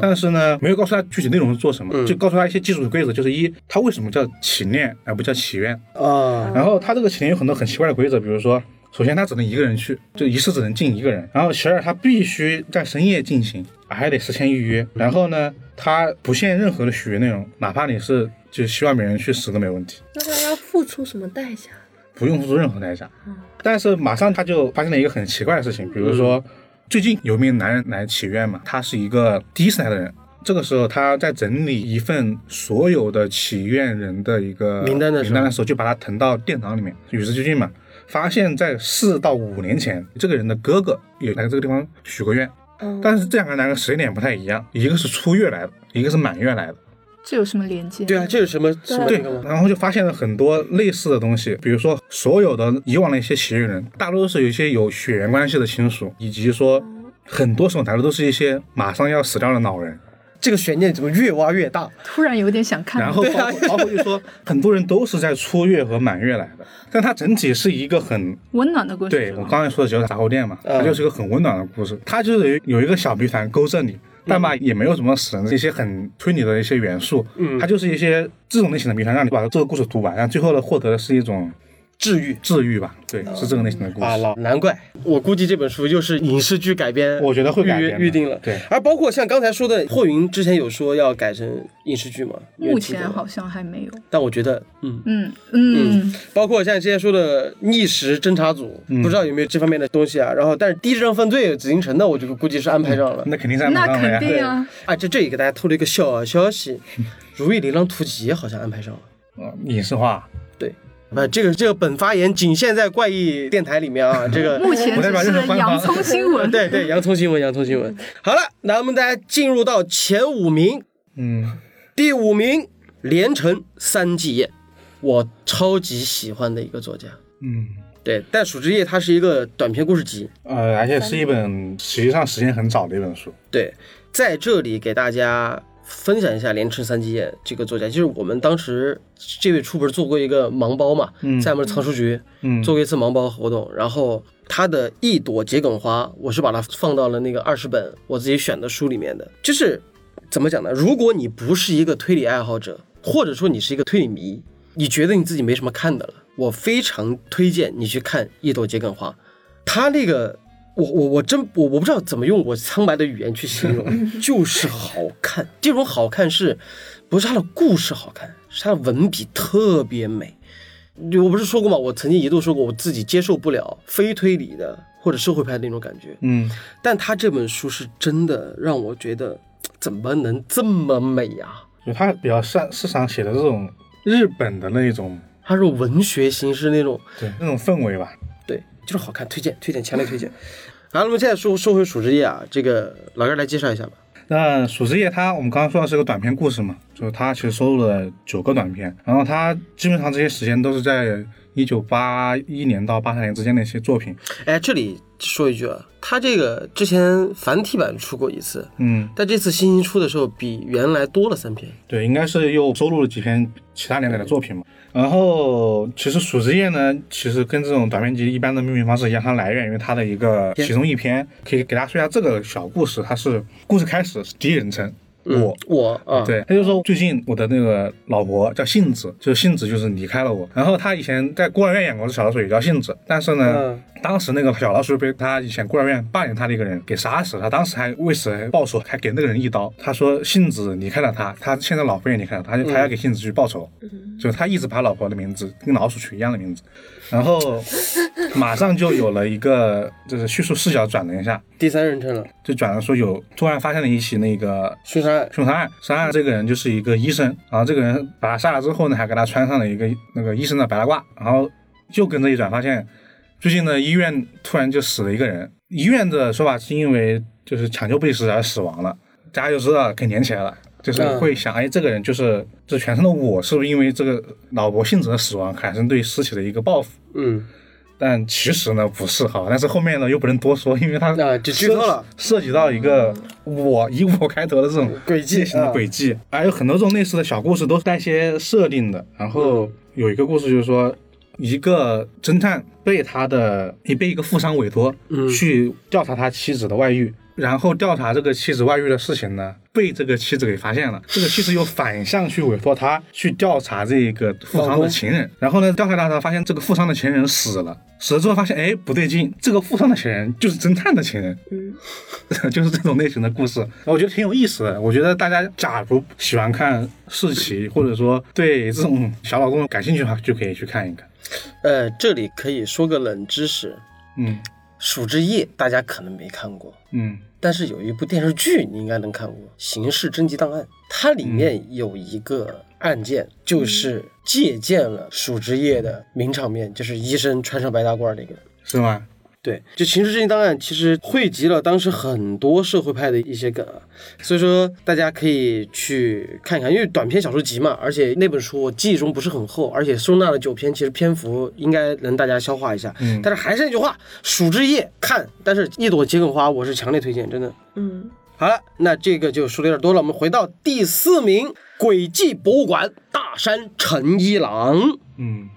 Speaker 3: 但是呢，没有告诉他具体内容是做什么，就告诉他一些基础规则，就是一，他为什么叫祈念而不叫祈愿？
Speaker 2: 啊
Speaker 3: 然后他这个企业有很多很奇怪的规则，比如说，首先他只能一个人去，就仪式只能进一个人。然后其二，他必须在深夜进行，还得事先预约。然后呢，他不限任何的许愿内容，哪怕你是就希望别人去死都没问题，
Speaker 4: 那他要付出什么代价？
Speaker 3: 不用付出任何代价。
Speaker 2: 嗯
Speaker 3: 但是马上他就发现了一个很奇怪的事情，比如
Speaker 2: 嗯
Speaker 3: 说，最近有一名男人来祈愿嘛，他是一个第一次来的人。这个时候，他在整理一份所有的祈愿人的一个
Speaker 2: 名单的时候
Speaker 3: 名单的时候，就把他腾到殿堂里面，与时俱进嘛。发现，在四到五年前，这个人的哥哥也来这个地方许过愿，
Speaker 4: 嗯，
Speaker 3: 但是这两个男人时间点不太一样，一个是初月来的，一个是满月来的。
Speaker 5: 这有什么连接？
Speaker 2: 对啊，这有什么什么
Speaker 3: 对
Speaker 2: 那个，吗？
Speaker 3: 然后就发现了很多类似的东西，比如说所有的以往的一些奇缘人，大多都是有一些有血缘关系的亲属，以及说
Speaker 2: 哦
Speaker 3: 很多时候来的都是一些马上要死掉的老
Speaker 2: [LAUGHS]
Speaker 3: 人。
Speaker 2: 这个悬念怎么越挖越大？
Speaker 5: 突然有点想看。
Speaker 2: 啊
Speaker 3: 然后包括、包括就说，很多人都是在初月和满月来的，但它整体是一个很
Speaker 5: 温暖的故事
Speaker 3: 对
Speaker 5: 是
Speaker 3: 我
Speaker 5: 吧，
Speaker 3: 刚才说的《九个杂货店》嘛，
Speaker 2: 嗯
Speaker 3: 它就是一个很温暖的故事。它就是有一有一个小谜团勾着
Speaker 2: 嗯
Speaker 3: 你，但吧也没有什么死人的一些很推理的一些元素。嗯，它就是一些这种类型的谜团，让你把这个故事读完，然后最后呢获得的是一种
Speaker 2: 治愈
Speaker 3: 治愈吧。对，是这个类型的故
Speaker 2: 啊，
Speaker 3: 事。
Speaker 2: 老难怪，我估计这本书又是影视剧改编，
Speaker 3: 我觉得会改编的
Speaker 2: 预预定了。
Speaker 3: 对
Speaker 2: 而包括像刚才说的，霍云之前有说要改成影视剧嘛？
Speaker 5: 目前，好像还没有。
Speaker 2: 但我觉得，嗯，
Speaker 5: 嗯嗯，
Speaker 2: 包括像之前说的逆时侦查组，不知道有没有这方面的东西啊。然后，但是第一次犯罪紫禁城的，我就估计是安排上了。
Speaker 3: 那肯定是安
Speaker 5: 那
Speaker 3: 排上了呀
Speaker 5: 肯。定啊，
Speaker 2: 啊，这这里给大家透露一个小消 [LAUGHS] 息，《如意琳琅图集》好像安排上了。
Speaker 3: 嗯影视化，
Speaker 2: 对，那这个这个本发言仅限在怪异电台里面啊，这个
Speaker 5: 目前
Speaker 3: 我代表
Speaker 5: 只
Speaker 3: 任何
Speaker 5: 是
Speaker 3: 官
Speaker 5: 洋
Speaker 3: 方
Speaker 5: 葱新
Speaker 2: [LAUGHS]
Speaker 5: 闻。
Speaker 2: 对对，洋葱新闻，洋葱新闻。好了，那我们大家进入到前五名，
Speaker 3: 嗯，
Speaker 2: 第五名连城三季夜，我超级喜欢的一个作家。
Speaker 3: 嗯，
Speaker 2: 对，《袋鼠之夜》它是一个短篇故事集。
Speaker 3: 呃，而且是一本实际上时间很早的一本书，
Speaker 2: 对，在这里给大家分享一下连城三季夜这个作家，就是我们当时这位出本做过一个盲包嘛，在我们藏书局、
Speaker 3: 嗯，
Speaker 2: 做过一次盲包活动，然后他的一朵桔梗花，我是把它放到了那个二十本我自己选的书里面的，就是怎么讲呢？如果你不是一个推理爱好者，或者说你是一个推理迷，你觉得你自己没什么看的了，我非常推荐你去看《一朵桔梗花》，他那个。我我我真我我不知道怎么用我苍白的语言去形容，就是好看。这种好看是，不是他的故事好看，是他的文笔特别美。我不是说过吗？我曾经一度说过，我自己接受不了非推理的或者社会派的那种感觉。
Speaker 3: 嗯，
Speaker 2: 但他这本书是真的让我觉得，怎么能这么美呀、啊？
Speaker 3: 就他比较擅擅长写的这种日本的那种，
Speaker 2: 它这种文学形式那种，
Speaker 3: 对那种氛围吧，
Speaker 2: 对，就是好看，推荐，推荐，强烈推荐。好，那么现在说说回《鼠之夜》啊，这个老哥来介绍一下吧。
Speaker 3: 那《鼠之夜》它我们刚刚说的是个短篇故事嘛，就是它其实收录了九个短篇，然后它基本上这些时间都是在一九八一年到八三年之间的一些作品。
Speaker 2: 哎，这里说一句啊，他这个之前繁体版出过一次，
Speaker 3: 嗯，
Speaker 2: 但这次新一出的时候比原来多了三篇。
Speaker 3: 对，应该是又收录了几篇其他连载的作品嘛。然后其实《鼠之夜》呢，其实跟这种短篇集一般的命名方式一样，它来源于它的一个其中一篇，可以给大家说一下这个小故事，它是故事开始是第一人称。我
Speaker 2: 我啊，，
Speaker 3: 对，他就说最近我的那个老婆叫杏子，就是杏子就是离开了我。然后他以前在孤儿院养过的小老鼠也叫杏子，但是呢，
Speaker 2: 嗯
Speaker 3: 当时那个小老鼠被他以前孤儿院霸凌他的一个人给杀死了，他当时还为此还报仇，还给那个人一刀。他说杏子离开了他，他现在老婆也离开了他，他就他要给杏子去报仇，就是他一直把老婆的名字跟老鼠取一样的名字，然后马上就有了一个就是叙述视角转了一下。
Speaker 2: 第三人称了，
Speaker 3: 就转了说有突然发现了一起那个
Speaker 2: 凶杀案。
Speaker 3: 凶杀案，杀案这个人就是一个医生，然后这个人把他杀了之后呢，还给他穿上了一个那个医生的白大褂，然后又跟着一转发现，最近呢医院突然就死了一个人，医院的说法是因为就是抢救不及时而死亡了，大家就知道给连起来了。就是
Speaker 2: 嗯
Speaker 3: 会想，哎，这个人就是这全身的我，是不是因为这个老婆性子的死亡产生对尸体的一个报复？
Speaker 2: 嗯，
Speaker 3: 但其实呢不是哈，但是后面呢又不能多说，因为它
Speaker 2: 啊就剧透了
Speaker 3: 涉，涉及到一个我以我开头的这种
Speaker 2: [LAUGHS] 轨迹
Speaker 3: 类型的
Speaker 2: 啊
Speaker 3: 轨迹，还有很多这种类似的小故事都是带一些设定的。然后有一个故事就是说，一个侦探被他的也被一个富商委托
Speaker 2: 嗯
Speaker 3: 去调查他妻子的外遇。然后调查这个妻子外遇的事情呢，被这个妻子给发现了。这个妻子又反向去委托他去调查这个富
Speaker 2: 老
Speaker 3: 商
Speaker 2: 公
Speaker 3: 的情人，然后呢，调查调查发现这个富商的情人死了，死了之后发现，哎，不对劲，这个富商的情人就是侦探的情人，
Speaker 2: 嗯
Speaker 3: [LAUGHS] 就是这种类型的故事，我觉得挺有意思的。我觉得大家假如喜欢看世奇，或者说对这种小老公感兴趣的话，就可以去看一看。
Speaker 2: 呃，这里可以说个冷知识，《
Speaker 3: 嗯
Speaker 2: 鼠之夜》大家可能没看过，
Speaker 3: 嗯
Speaker 2: 但是有一部电视剧你应该能看过，《刑事侦缉档案》，它里面有一个案件，就是借鉴了《鼠之夜》的名场面，就是医生穿上白大褂那个。
Speaker 3: 是吗？
Speaker 2: 对，就《刑事侦缉档案》其实汇集了当时很多社会派的一些梗啊，所以说大家可以去看一看，因为短篇小说集嘛，而且那本书我记忆中不是很厚，而且收纳了九篇，其实篇幅应该能大家消化一下。
Speaker 3: 嗯
Speaker 2: 但是还是那句话，《鼠之夜》看，但是一朵桔梗花我是强烈推荐，真的。
Speaker 4: 嗯，
Speaker 2: 好了，那这个就说的有点多了，我们回到第四名，《轨迹博物馆》大山诚一郎。
Speaker 3: 嗯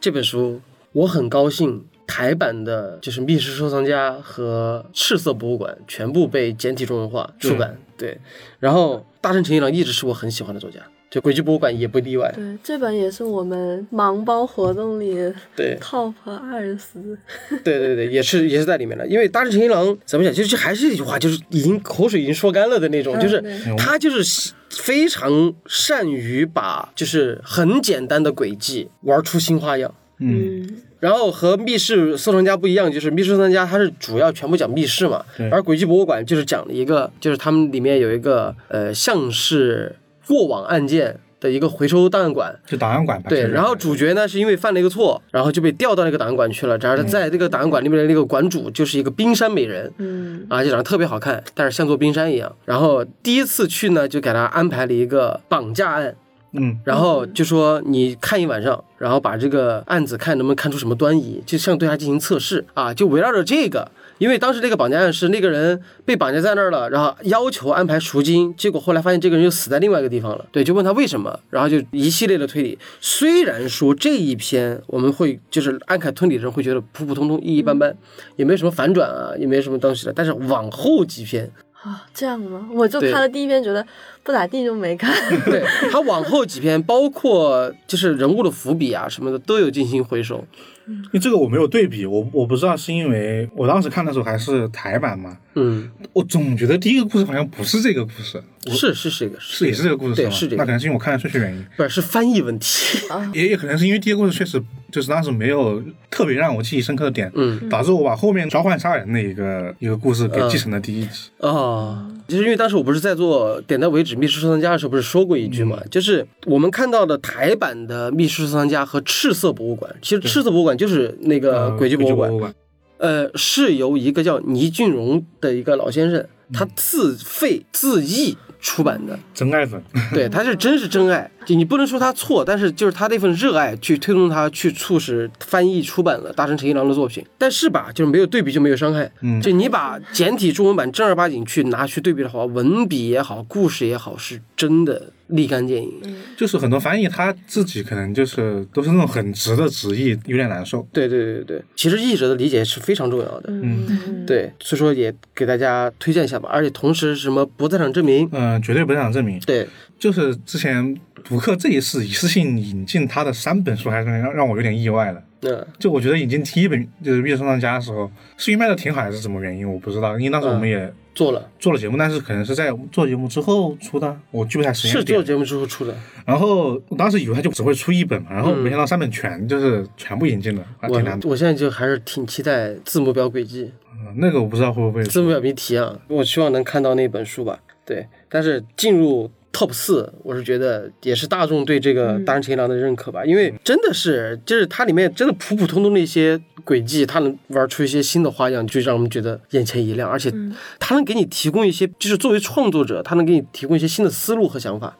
Speaker 2: 这本书，我很高兴，台版的就是《密室收藏家》和《赤色博物馆》全部被简体中文化出版。对，然后大山诚一郎一直是我很喜欢的作家，就轨迹博物馆也不例外。
Speaker 4: 对，这本也是我们盲包活动里
Speaker 2: 对
Speaker 4: top 二十。
Speaker 2: 对 [LAUGHS] 对对，也是也是在里面的。因为大志诚一郎怎么讲，就是还是这句话，就是已经口水已经说干了的那种，
Speaker 4: 嗯
Speaker 2: 就是
Speaker 4: 对
Speaker 2: 他就是非常善于把就是很简单的轨迹玩出新花样。
Speaker 3: 嗯，
Speaker 4: 嗯，
Speaker 2: 然后和密室收藏家不一样，就是密室收藏家它是主要全部讲密室嘛
Speaker 3: 对，
Speaker 2: 而轨迹博物馆就是讲了一个，就是他们里面有一个呃像是过往案件的一个回收档案馆，
Speaker 3: 就档案馆吧。
Speaker 2: 对，
Speaker 3: 其实
Speaker 2: 然后主角呢是因为犯了一个错，然后就被调到那个档案馆去了。然而他在这个档案馆里面的那个馆主就是一个冰山美人，
Speaker 4: 嗯，
Speaker 2: 啊，就长得特别好看，但是像座冰山一样。然后第一次去呢，就给他安排了一个绑架案，
Speaker 3: 嗯，
Speaker 2: 然后就说你看一晚上，然后把这个案子看能不能看出什么端倪，就像对他进行测试啊，就围绕着这个。因为当时那个绑架案是那个人被绑架在那儿了，然后要求安排赎金，结果后来发现这个人又死在另外一个地方了。对，就问他为什么，然后就一系列的推理。虽然说这一篇我们会就是安凯推理的人会觉得普普通通、一一般般，也没什么反转啊，也没什么东西的，但是往后几篇
Speaker 4: 啊，这样吗？我就
Speaker 2: 对
Speaker 4: 看了第一遍，觉得不咋地，就没看。
Speaker 2: 对他往后几篇，包括就是人物的伏笔啊什么的，都有进行回收。
Speaker 3: 因为这个我没有对比，我我不知道是因为我当时看的时候还是台版嘛，
Speaker 2: 嗯，
Speaker 3: 我总觉得第一个故事好像不是这个故事，
Speaker 2: 是是是这个，
Speaker 3: 是也是这个故事
Speaker 2: 对
Speaker 3: 吗？
Speaker 2: 是这
Speaker 3: 那可
Speaker 2: 个，
Speaker 3: 能是因为我看的顺序原因，
Speaker 2: 不是是翻译问题。
Speaker 3: 也也可能是因为第一个故事确实就是当时没有特别让我记忆深刻的点，
Speaker 2: 嗯
Speaker 3: 导致我把后面召唤杀人的一个一个故事给继承了第一集。
Speaker 2: [LAUGHS] 哦，就是因为当时我不是在做点到为止密室收藏家的时候，不是说过一句嘛，就是我们看到的台版的密室收藏家和赤色博物馆，其实赤色博物馆就是那个
Speaker 3: 呃
Speaker 2: 轨迹博物馆，
Speaker 3: 馆，
Speaker 2: 呃，是由一个叫倪俊荣的一个老先生，他自费自译出版的。
Speaker 3: 真爱粉， [LAUGHS]
Speaker 2: 对，他是真是真爱，就你不能说他错，但是就是他那份热爱去推动他去促使翻译出版了大神陈一郎的作品。但是吧，就是没有对比就没有伤害，
Speaker 3: 嗯
Speaker 2: 就你把简体中文版正儿八经去拿去对比的话，文笔也好，故事也好，是真的立竿见影。
Speaker 3: 就是很多翻译他自己可能就是都是那种很直的直译，有点难受。
Speaker 2: 对对对对对，其实译者的理解是非常重要的。
Speaker 4: 嗯，嗯，
Speaker 2: 对，所以说也给大家推荐一下吧，而且同时什么不在场证明，
Speaker 3: 嗯、绝对不想证明。
Speaker 2: 对，
Speaker 3: 就是之前读客这一次一次性引进他的三本书，还是让让我有点意外的。
Speaker 2: 嗯
Speaker 3: 就我觉得引进第一本就是《月上当家》的时候，是因为卖的挺好还是什么原因，我不知道。因为当时我
Speaker 2: 嗯
Speaker 3: 们也
Speaker 2: 做了，
Speaker 3: 做了节目，但是可能是在做节目之后出的，我记不啊太时
Speaker 2: 是
Speaker 3: 间
Speaker 2: 做
Speaker 3: 点。
Speaker 2: 节目之后出的，
Speaker 3: 然后我当时以为他就只会出一本嘛，然后没想到三本全就是全部引进了，还
Speaker 2: 嗯我
Speaker 3: 挺难的。
Speaker 2: 我现在就还是挺期待字幕表轨迹。
Speaker 3: 嗯那个我不知道会不会
Speaker 2: 字幕表谜题啊，我希望能看到那本书吧。对，但是进入 Top 四，我是觉得也是大众对这个大人陈一郎的认可吧，因为真的是就是它里面真的普普通通的一些轨迹，它能玩出一些新的花样，就让我们觉得眼前一亮，而且它能给你提供一些，就是作为创作者，它能给你提供一些新的思路和想法。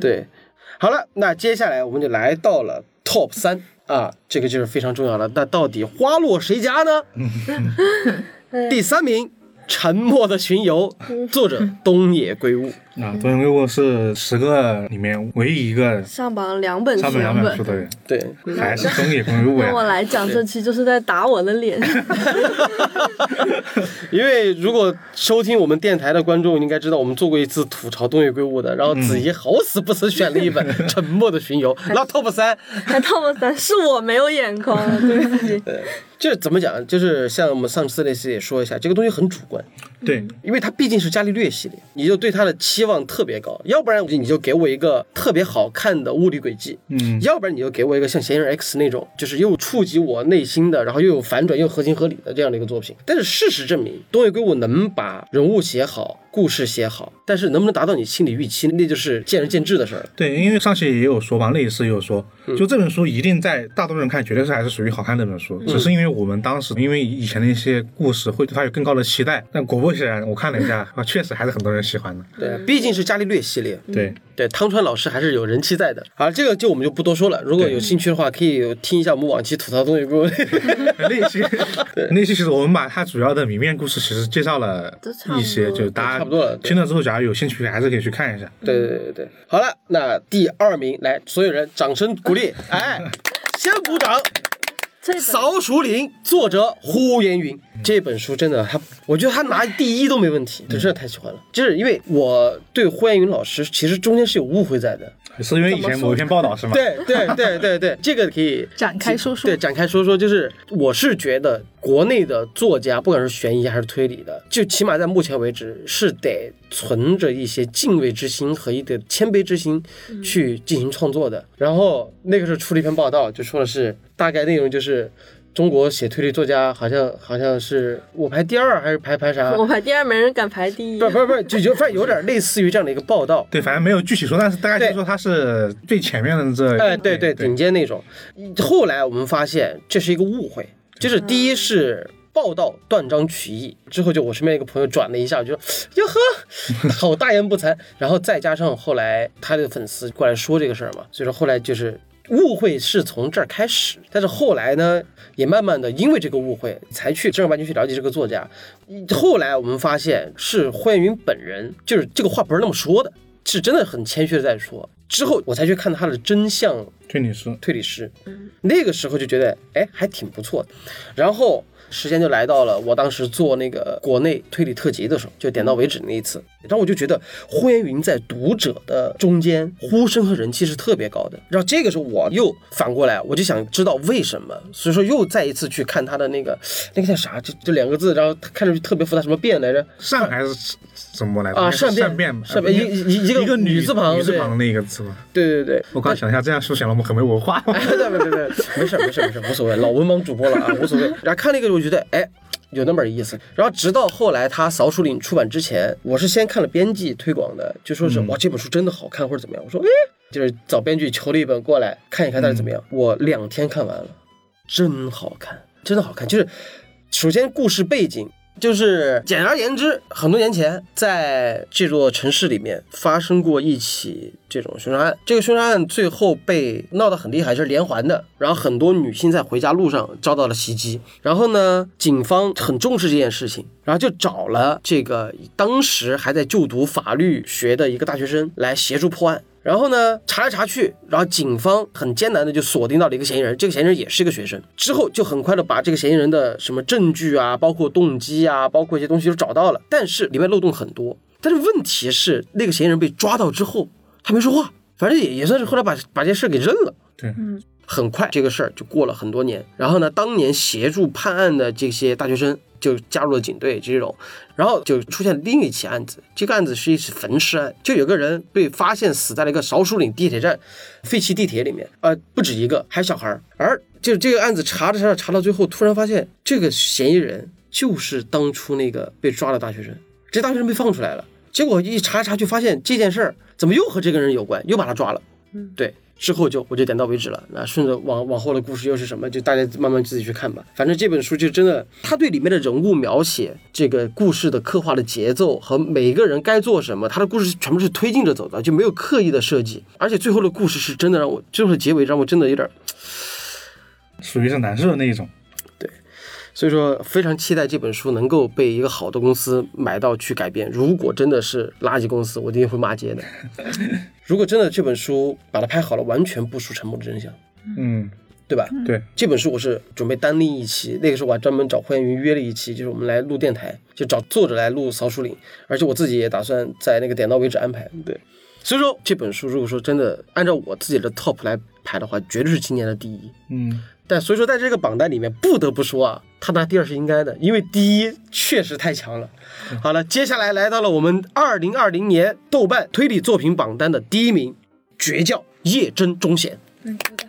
Speaker 2: 对，好了，那接下来我们就来到了 Top 三。啊，这个就是非常重要了。那到底花落谁家呢？第三名，《沉默的巡游》，作者东野圭吾。
Speaker 3: 啊。多人未过是十个里面唯一一个
Speaker 4: 上榜两本书
Speaker 3: 上，本两本书的人，
Speaker 2: 对，
Speaker 3: 还是东野圭吾
Speaker 4: 嗯那我
Speaker 3: 呀。
Speaker 4: 来讲这期就是在打我的脸。
Speaker 2: 因为如果收听我们电台的观众应该知道，我们做过一次吐槽东野圭吾的，然后子怡好死不死选了一本《沉默的巡游》，然后 top 三，
Speaker 4: 还 top 三是我没有眼光，对不起。
Speaker 2: 这怎么讲？就是像我们上次那次也说一下，这个东西很主观，
Speaker 3: 对，
Speaker 2: 因为它毕竟是伽利略系列，你就对它的期望特别高，要不然你就给我一个特别好看的物理轨迹，
Speaker 3: 嗯
Speaker 2: 要不然你就给我一个像《嫌疑人 X》那种，就是又触及我内心的，然后又有反转又合情合理的这样的一个作品。但是事实证明，东野圭吾能把人物写好，故事写好，但是能不能达到你心理预期，那就是见仁见智的事儿了。
Speaker 3: 对，因为上期也有说嘛，类似也有说，
Speaker 2: 嗯
Speaker 3: 就这本书一定在大多数人看，绝对是还是属于好看的一本书，只
Speaker 2: 嗯
Speaker 3: 是因为我们当时因为以前的一些故事会对它有更高的期待，但果不其然，我看了一下啊，确实还是很多人喜欢的。
Speaker 2: 对，毕竟是伽利略系列， [LAUGHS]
Speaker 3: 对，
Speaker 2: 对汤川老师还是有人气在的。好，这个就我们就不多说了。如果有兴趣的话，可以有听一下我们往期吐槽东野圭吾。 [LAUGHS]
Speaker 3: 那 [LAUGHS] 期那期其实我们把它主要的明面故事其实介绍了
Speaker 4: 都差不多
Speaker 3: 一些，就大家
Speaker 2: 差不多了对
Speaker 3: 听了之后，假如有兴趣，还是可以去看一下。
Speaker 2: 对对对对对，好了，那第二名，来，所有人掌声鼓 [LAUGHS] 励，哎，先鼓掌。
Speaker 4: 这
Speaker 2: 《
Speaker 4: 本
Speaker 2: 扫鼠岭》，作者呼延云。这本书真的，他我觉得他拿第一嗯都没问题，这真的太喜欢了。就是因为我对呼延云老师其实中间是有误会在的，
Speaker 3: 是因为以前某一篇报道是吗？
Speaker 2: 对对对对对， [LAUGHS] 这个可以
Speaker 5: 展开说说
Speaker 2: 对，展开说说，就是我是觉得国内的作家，不管是悬疑还是推理的，就起码在目前为止，是得存着一些敬畏之心和一点谦卑之心
Speaker 5: 嗯
Speaker 2: 去进行创作的。然后那个时候出了一篇报道，就说的是大概内容就是。中国写推理作家好像好像是我排第二还是排排啥？
Speaker 4: 我排第二，没人敢排第一
Speaker 2: 不。是不是不是，就就反正有点类似于这样的一个报道。
Speaker 3: 对，反正没有具体说，但是大概就说他是最前面的这，
Speaker 2: 哎，对对，
Speaker 3: 对
Speaker 2: 顶尖那种。后来我们发现这是一个误会，就是第一是。报道断章取义之后，就我身边一个朋友转了一下，我就说哟呵， [LAUGHS] 好大言不惭。然后再加上后来他的粉丝过来说这个事儿嘛，所以说后来就是误会是从这儿开始，但是后来呢，也慢慢的因为这个误会才去正儿八经去了解这个作家。嗯后来我们发现是霍元云本人，就是这个话不是那么说的，是真的很谦虚的在说。之后我才去看他的真相
Speaker 3: 推理师，
Speaker 2: 推理师，那个时候就觉得哎还挺不错的。然后时间就来到了我当时做那个国内推理特辑的时候，就点到为止那一次。然后我就觉得呼延云在读者的中间呼声和人气是特别高的。然后这个时候我又反过来，我就想知道为什么，所以说又再一次去看他的那个那个叫啥，就就两个字，然后看上去特别复杂，什么变来着？
Speaker 3: 善还是什么来着？
Speaker 2: 啊，
Speaker 3: 应该
Speaker 2: 善
Speaker 3: 是
Speaker 2: 变，
Speaker 3: 善变吧，
Speaker 2: 善变，一一
Speaker 3: 呃一
Speaker 2: 一个
Speaker 3: 女
Speaker 2: 字旁，
Speaker 3: 女字
Speaker 2: 对
Speaker 3: 旁的那个字嘛。
Speaker 2: 对对对。
Speaker 3: 我刚想一下，这样是不是显得我们很没
Speaker 2: [LAUGHS]
Speaker 3: 文化？ [LAUGHS]
Speaker 2: 对对对，没事儿没事儿没事儿，无所谓，老文盲主播了啊，无所谓。然后看那个我觉得，哎。有那么点意思，然后直到后来他《扫鼠岭》出版之前，我是先看了编辑推广的，就说是、哇这本书真的好看或者怎么样，我说哎，就是找编剧求了一本过来看一看到底怎么样。我两天看完了，真好看，真的好看。就是首先故事背景，就是简而言之，很多年前在这座城市里面发生过一起这种凶杀案。这个凶杀案最后被闹得很厉害，是连环的。然后很多女性在回家路上遭到了袭击。然后呢，警方很重视这件事情，然后就找了这个当时还在就读法律学的一个大学生来协助破案。然后呢，查来查去，然后警方很艰难的就锁定到了一个嫌疑人，这个嫌疑人也是一个学生。之后就很快的把这个嫌疑人的什么证据啊，包括动机啊，包括一些东西都找到了，但是里面漏洞很多。但是问题是，那个嫌疑人被抓到之后，他没说话，反正也也算是后来把把这件事给扔了。
Speaker 3: 对，
Speaker 2: 很快这个事儿就过了很多年。然后呢，当年协助判案的这些大学生就加入了警队这种，然后就出现另一起案子。这个案子是一起焚尸案，就有个人被发现死在了一个少鼠岭地铁站废弃地铁里面，呃，不止一个，还小孩儿。而就这个案子查着查着查到最后，突然发现这个嫌疑人就是当初那个被抓的大学生。这大学生被放出来了。结果一查查，就发现这件事儿怎么又和这个人有关，又把他抓了。嗯，对，之后就我就点到为止了。那顺着往往后的故事又是什么，就大家慢慢自己去看吧。反正这本书就真的，他对里面的人物描写、这个故事的刻画的节奏和每一个人该做什么，他的故事全部是推进着走的，就没有刻意的设计。而且最后的故事是真的让我，最后的结尾让我真的有点儿，
Speaker 3: 属于是难受的那一种。
Speaker 2: 所以说非常期待这本书能够被一个好的公司买到去改编。如果真的是垃圾公司，我一定会骂街的。 [LAUGHS] 如果真的这本书把它拍好了，完全不输《沉默的真相》，
Speaker 3: 嗯，
Speaker 2: 对吧？
Speaker 3: 对，
Speaker 2: 这本书我是准备单拎一期，那个时候我还专门找霍元云约了一期，就是我们来录电台，就找作者来录《扫鼠岭》，而且我自己也打算在那个点到为止安排。对，所以说这本书如果说真的按照我自己的 top 来排的话，绝对是今年的第一。
Speaker 3: 嗯，
Speaker 2: 但所以说，在这个榜单里面，不得不说啊，他拿第二是应该的，因为第一确实太强了。好了，接下来来到了我们二零二零年豆瓣推理作品榜单的第一名，《绝叫夜真忠贤》
Speaker 4: 嗯，知道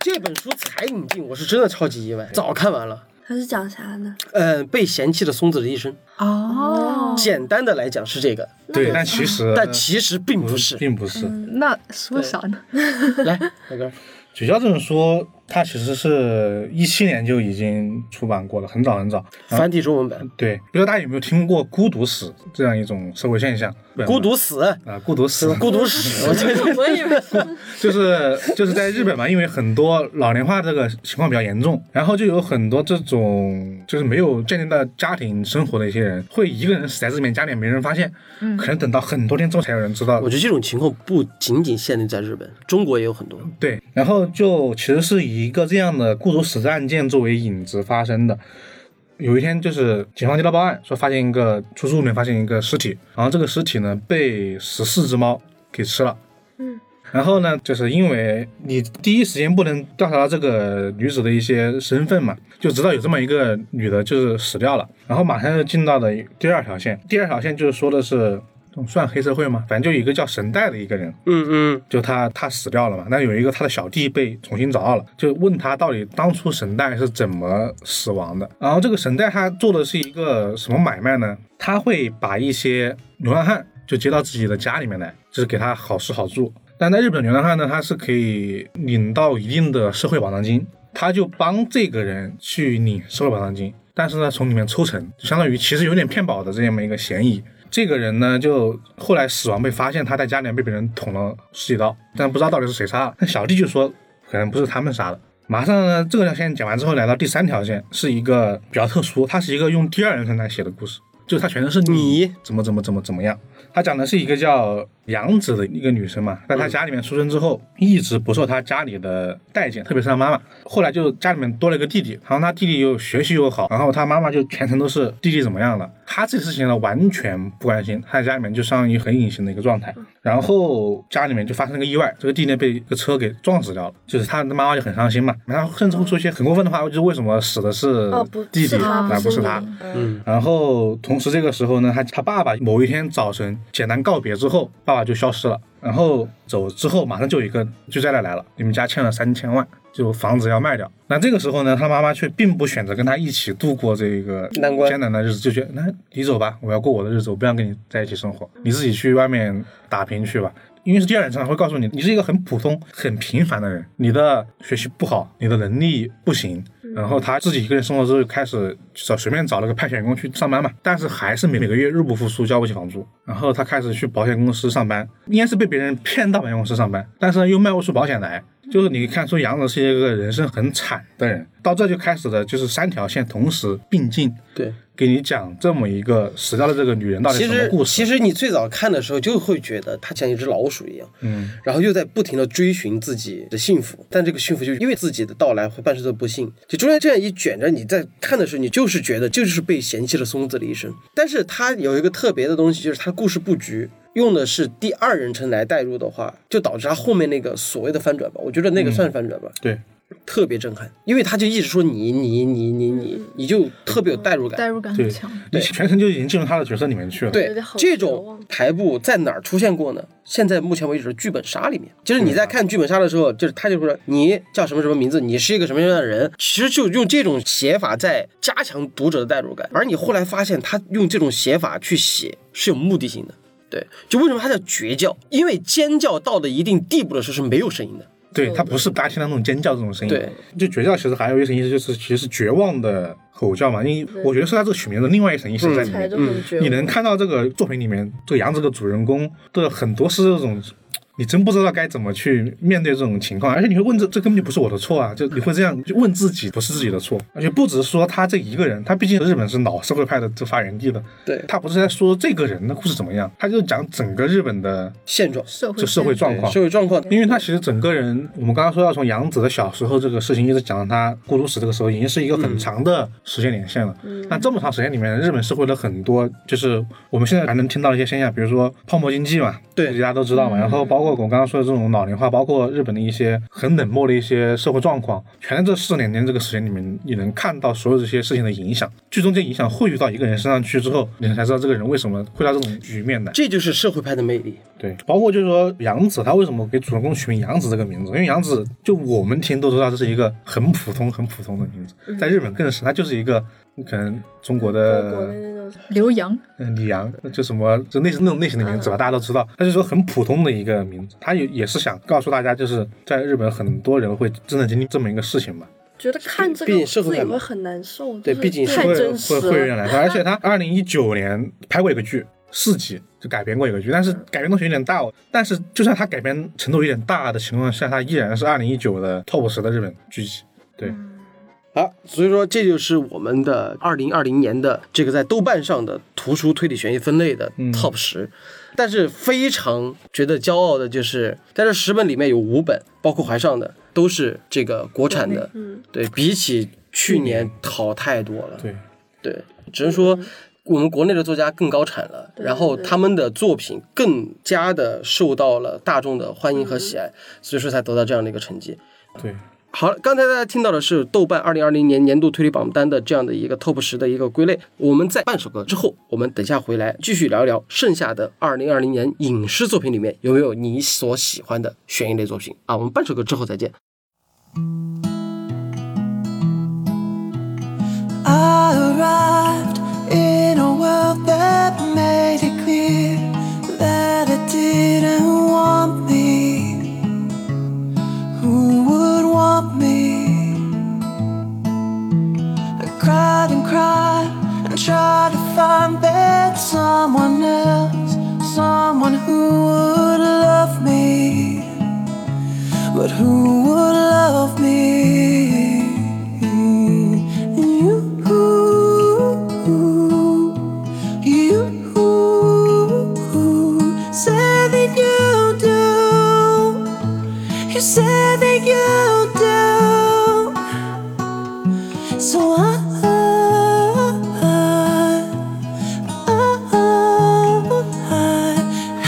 Speaker 2: 这本书才引进，我是真的超级意外，早看完了。
Speaker 4: 他是讲啥呢？
Speaker 2: 嗯、被嫌弃的松子的一生，
Speaker 5: 哦。
Speaker 2: 简单的来讲是这个，
Speaker 3: 对，但其实，
Speaker 2: 啊但其实并不是。
Speaker 3: 呃并不是。
Speaker 5: 那说啥呢？
Speaker 2: 来，大
Speaker 3: 啊
Speaker 2: 哥，
Speaker 3: 绝交这本书，它其实是一七年就已经出版过了，很早很早。
Speaker 2: 繁体中文版
Speaker 3: 对，不知道大家有没有听过“孤独死”这样一种社会现象？
Speaker 2: 《孤独死》
Speaker 3: 啊，孤独死，
Speaker 2: 孤独史，我觉
Speaker 3: [LAUGHS]
Speaker 2: 得
Speaker 4: 我以为是
Speaker 3: 就是就是在日本嘛，因为很多老龄化这个情况比较严重，然后就有很多这种就是没有建立到家庭生活的一些人，会一个人死在这里面，家里面没人发现，可能等到很多天之后才有人知道
Speaker 2: 我。觉得这种情况不仅仅限于在日本，中国也有很多。
Speaker 3: 对，然后就其实是以一个这样的雇主死的案件作为引子发生的。有一天，就是警方接到报案，说发现一个出租屋里面发现一个尸体，然后这个尸体呢被十四只猫给吃了。嗯，然后呢，就是因为你第一时间不能调查到这个女子的一些身份嘛，就知道有这么一个女的，就是死掉了。然后马上就进到了第二条线，第二条线就是说的是嗯算黑社会吗？反正就有一个叫神代的一个人，
Speaker 2: 嗯嗯，
Speaker 3: 就他他死掉了嘛，那有一个他的小弟被重新找到了，就问他到底当初神代是怎么死亡的。然后这个神代他做的是一个什么买卖呢？他会把一些流浪汉就接到自己的家里面来，就是给他好吃好住。但在日本流浪汉呢，他是可以领到一定的社会保障金，他就帮这个人去领社会保障金，但是呢，从里面抽成，就相当于其实有点骗保的这么一个嫌疑。这个人呢，就后来死亡被发现，他在家里面被别人捅了十几刀，但不知道到底是谁杀的。那小弟就说，可能不是他们杀的。马上呢，这条线讲完之后，来到第三条线，是一个比较特殊，它是一个用第二人称来写的故事，就是它全都是
Speaker 2: 你
Speaker 3: 怎么怎么怎么怎么样。他讲的是一个叫杨子的一个女生嘛，在她
Speaker 4: 嗯
Speaker 3: 家里面出生之后，一直不受她家里的待见，特别是她妈妈。后来就家里面多了一个弟弟，然后她弟弟又学习又好，然后她妈妈就全程都是弟弟怎么样了，她这事情呢完全不关心，她在家里面就相当于很隐形的一个状
Speaker 4: 嗯
Speaker 3: 态。然后家里面就发生了个意外，这个弟弟被一个车给撞死掉了，就是她的妈妈就很伤心嘛，然后甚至会说一些很过分的话，就是为什么死的是
Speaker 4: 哦，不
Speaker 3: 弟弟，
Speaker 4: 是他，
Speaker 3: 而不是
Speaker 4: 你
Speaker 3: 她。
Speaker 4: 嗯，
Speaker 3: 然后同时这个时候呢，他他爸爸某一天早晨简单告别之后，爸爸就消失了。然后走之后，马上就有一个巨债来来了，你们家欠了三千万，就房子要卖掉。那这个时候呢，他妈妈却并不选择跟他一起度过这个
Speaker 2: 难关
Speaker 3: 艰难的日子，就觉得那你走吧，我要过我的日子，我不想跟你在一起生活，你自己去外面打拼去吧。因为是第二人称，会告诉你，你是一个很普通、很平凡的人，你的学习不好，你的能力不行，然后他自己一个人生活之后，开始找随便找了个派遣员工去上班嘛，但是还是每每个月入不敷出，交不起房租。然后他开始去保险公司上班，应该是被别人骗到保险公司上班，但是呢又卖不出保险来。就是你看出杨子是一个人生很惨的人，到这就开始了，就是三条线同时并进，
Speaker 2: 对。
Speaker 3: 给你讲这么一个死掉的这个女人到底
Speaker 2: 其
Speaker 3: 什么
Speaker 2: 实
Speaker 3: 故事。
Speaker 2: 其实你最早看的时候就会觉得他像一只老鼠一样，
Speaker 3: 嗯，
Speaker 2: 然后又在不停的追寻自己的幸福，但这个幸福就因为自己的到来会伴随着不幸。就中间这样一卷着，你在看的时候，你就是觉得这就是被嫌弃的松子的一生。但是它有一个特别的东西，就是它故事布局。用的是第二人称来代入的话，就导致他后面那个所谓的翻转吧，我觉得那个算是翻转吧。
Speaker 3: 对，
Speaker 2: 特别震撼，因为他就一直说你你你你
Speaker 4: 嗯
Speaker 2: 你，你就特别有代入感。
Speaker 5: 代入感很
Speaker 3: 对
Speaker 5: 强。
Speaker 3: 你全程就已经进入他的角色里面去了。
Speaker 4: 有
Speaker 2: 对
Speaker 4: 点好，
Speaker 2: 这
Speaker 4: 绝
Speaker 2: 种
Speaker 4: 望
Speaker 2: 台步在哪儿出现过呢？现在目前为止，剧本杀里面，就是
Speaker 4: 嗯
Speaker 2: 你在看剧本杀的时候，就是他就说你叫什么什么名字，你是一个什么样的人，其实就用这种写法在加强读者的代入感。而你后来发现，他用这种写法去写是有目的性的。对，就为什么他叫绝叫？因为尖叫到了一定地步的时候是没有声音的。
Speaker 3: 对，它不是大家听到那种尖叫这种声音。
Speaker 2: 对，
Speaker 3: 就绝叫其实还有一层意思，就是其实是绝望的吼叫嘛。因为我觉得是它这个取名的另外一层意思在里
Speaker 4: 才
Speaker 3: 面。
Speaker 4: 就很嗯绝望。
Speaker 3: 你能看到这个作品里面，这个杨这个主人公的很多是这种，你真不知道该怎么去面对这种情况，而且你会问这这根本就不是我的错啊，就你会这样就问自己不是自己的错，而且不只是说他这一个人，他毕竟日本是老社会派的这发源地的，
Speaker 2: 对
Speaker 3: 他不是在说这个人的故事怎么样，他就讲整个日本的
Speaker 2: 现状、
Speaker 5: 社会
Speaker 3: 这社会
Speaker 5: 现
Speaker 3: 状况
Speaker 2: 社。会状况，
Speaker 3: 因为他其实整个人，我们刚刚说要从杨子的小时候这个事情一直讲到他孤独死这个时候，已经是一个很长的时间连线了。那这么长时间里面，日本社会的很多就是我们现在还能听到的一些现象，比如说泡沫经济嘛，
Speaker 2: 对
Speaker 3: 大家都知道嘛。然后包括我刚刚说的这种老龄化，包括日本的一些很冷漠的一些社会状况，全在这四两年这个时间里面，你能看到所有这些事情的影响。最终这影响汇聚到一个人身上去之后，你才知道这个人为什么会到这种局面来。
Speaker 2: 这就是社会派的魅力。
Speaker 3: 对，包括就是说杨子，他为什么给主人公取名杨子这个名字？因为杨子就我们听都知道，这是一个很普通、很普通的名字，在日本更是，它就是一个可能中国
Speaker 4: 国内
Speaker 3: 的
Speaker 4: 那种
Speaker 5: 刘洋，
Speaker 3: 嗯李阳，就什么就类似那种类型的名字吧，大家都知道，他就说很普通的一个名字，他也也是想告诉大家，就是在日本很多人会真的经历这么一个事情嘛。
Speaker 4: 觉得看这个
Speaker 2: 毕竟社
Speaker 4: 自
Speaker 2: 会
Speaker 4: 己
Speaker 2: 感嘛
Speaker 4: 会很难受，
Speaker 2: 对
Speaker 4: 就是
Speaker 2: 毕竟社
Speaker 4: 太
Speaker 3: 会
Speaker 4: 真实
Speaker 3: 会会有点
Speaker 4: 了。
Speaker 3: 难受。而且他二零一九年拍过一个剧，四集就改编过一个剧，但是
Speaker 4: 嗯
Speaker 3: 改编东西有点大哦。但是就算他改编程度有点大的情况下，他依然是二零一九的 top 十的日本剧集。对，
Speaker 2: 好，所以说这就是我们的二零二零年的这个在豆瓣上的图书推理悬疑分类的 top 十、但是非常觉得骄傲的就是，在这十本里面有五本，包括怀上的都是这个国产的，
Speaker 4: 嗯
Speaker 2: 对比起去年好太多了，
Speaker 3: 对
Speaker 2: 对，只能说我们国内的作家更高产了，
Speaker 4: 对
Speaker 2: 然后
Speaker 4: 对
Speaker 2: 他们的作品更加的受到了大众的欢迎和喜
Speaker 4: 嗯
Speaker 2: 爱，所以说才得到这样的一个成绩。
Speaker 3: 对，
Speaker 2: 好，刚才大家听到的是豆瓣二零二零年年度推理榜单的这样的一个 Top 十的一个归类。我们在半首歌之后，我们等一下回来继续聊一聊剩下的二零二零年影视作品里面有没有你所喜欢的悬疑类作品啊？我们半首歌之后再见。
Speaker 6: I arrived in a world that made it clear that it didn't want me. Who would want me? I cried and cried and tried to find that someone else, someone who would love me. But who would love me? You, you say that you do. You say that you do. So uh, I. uh,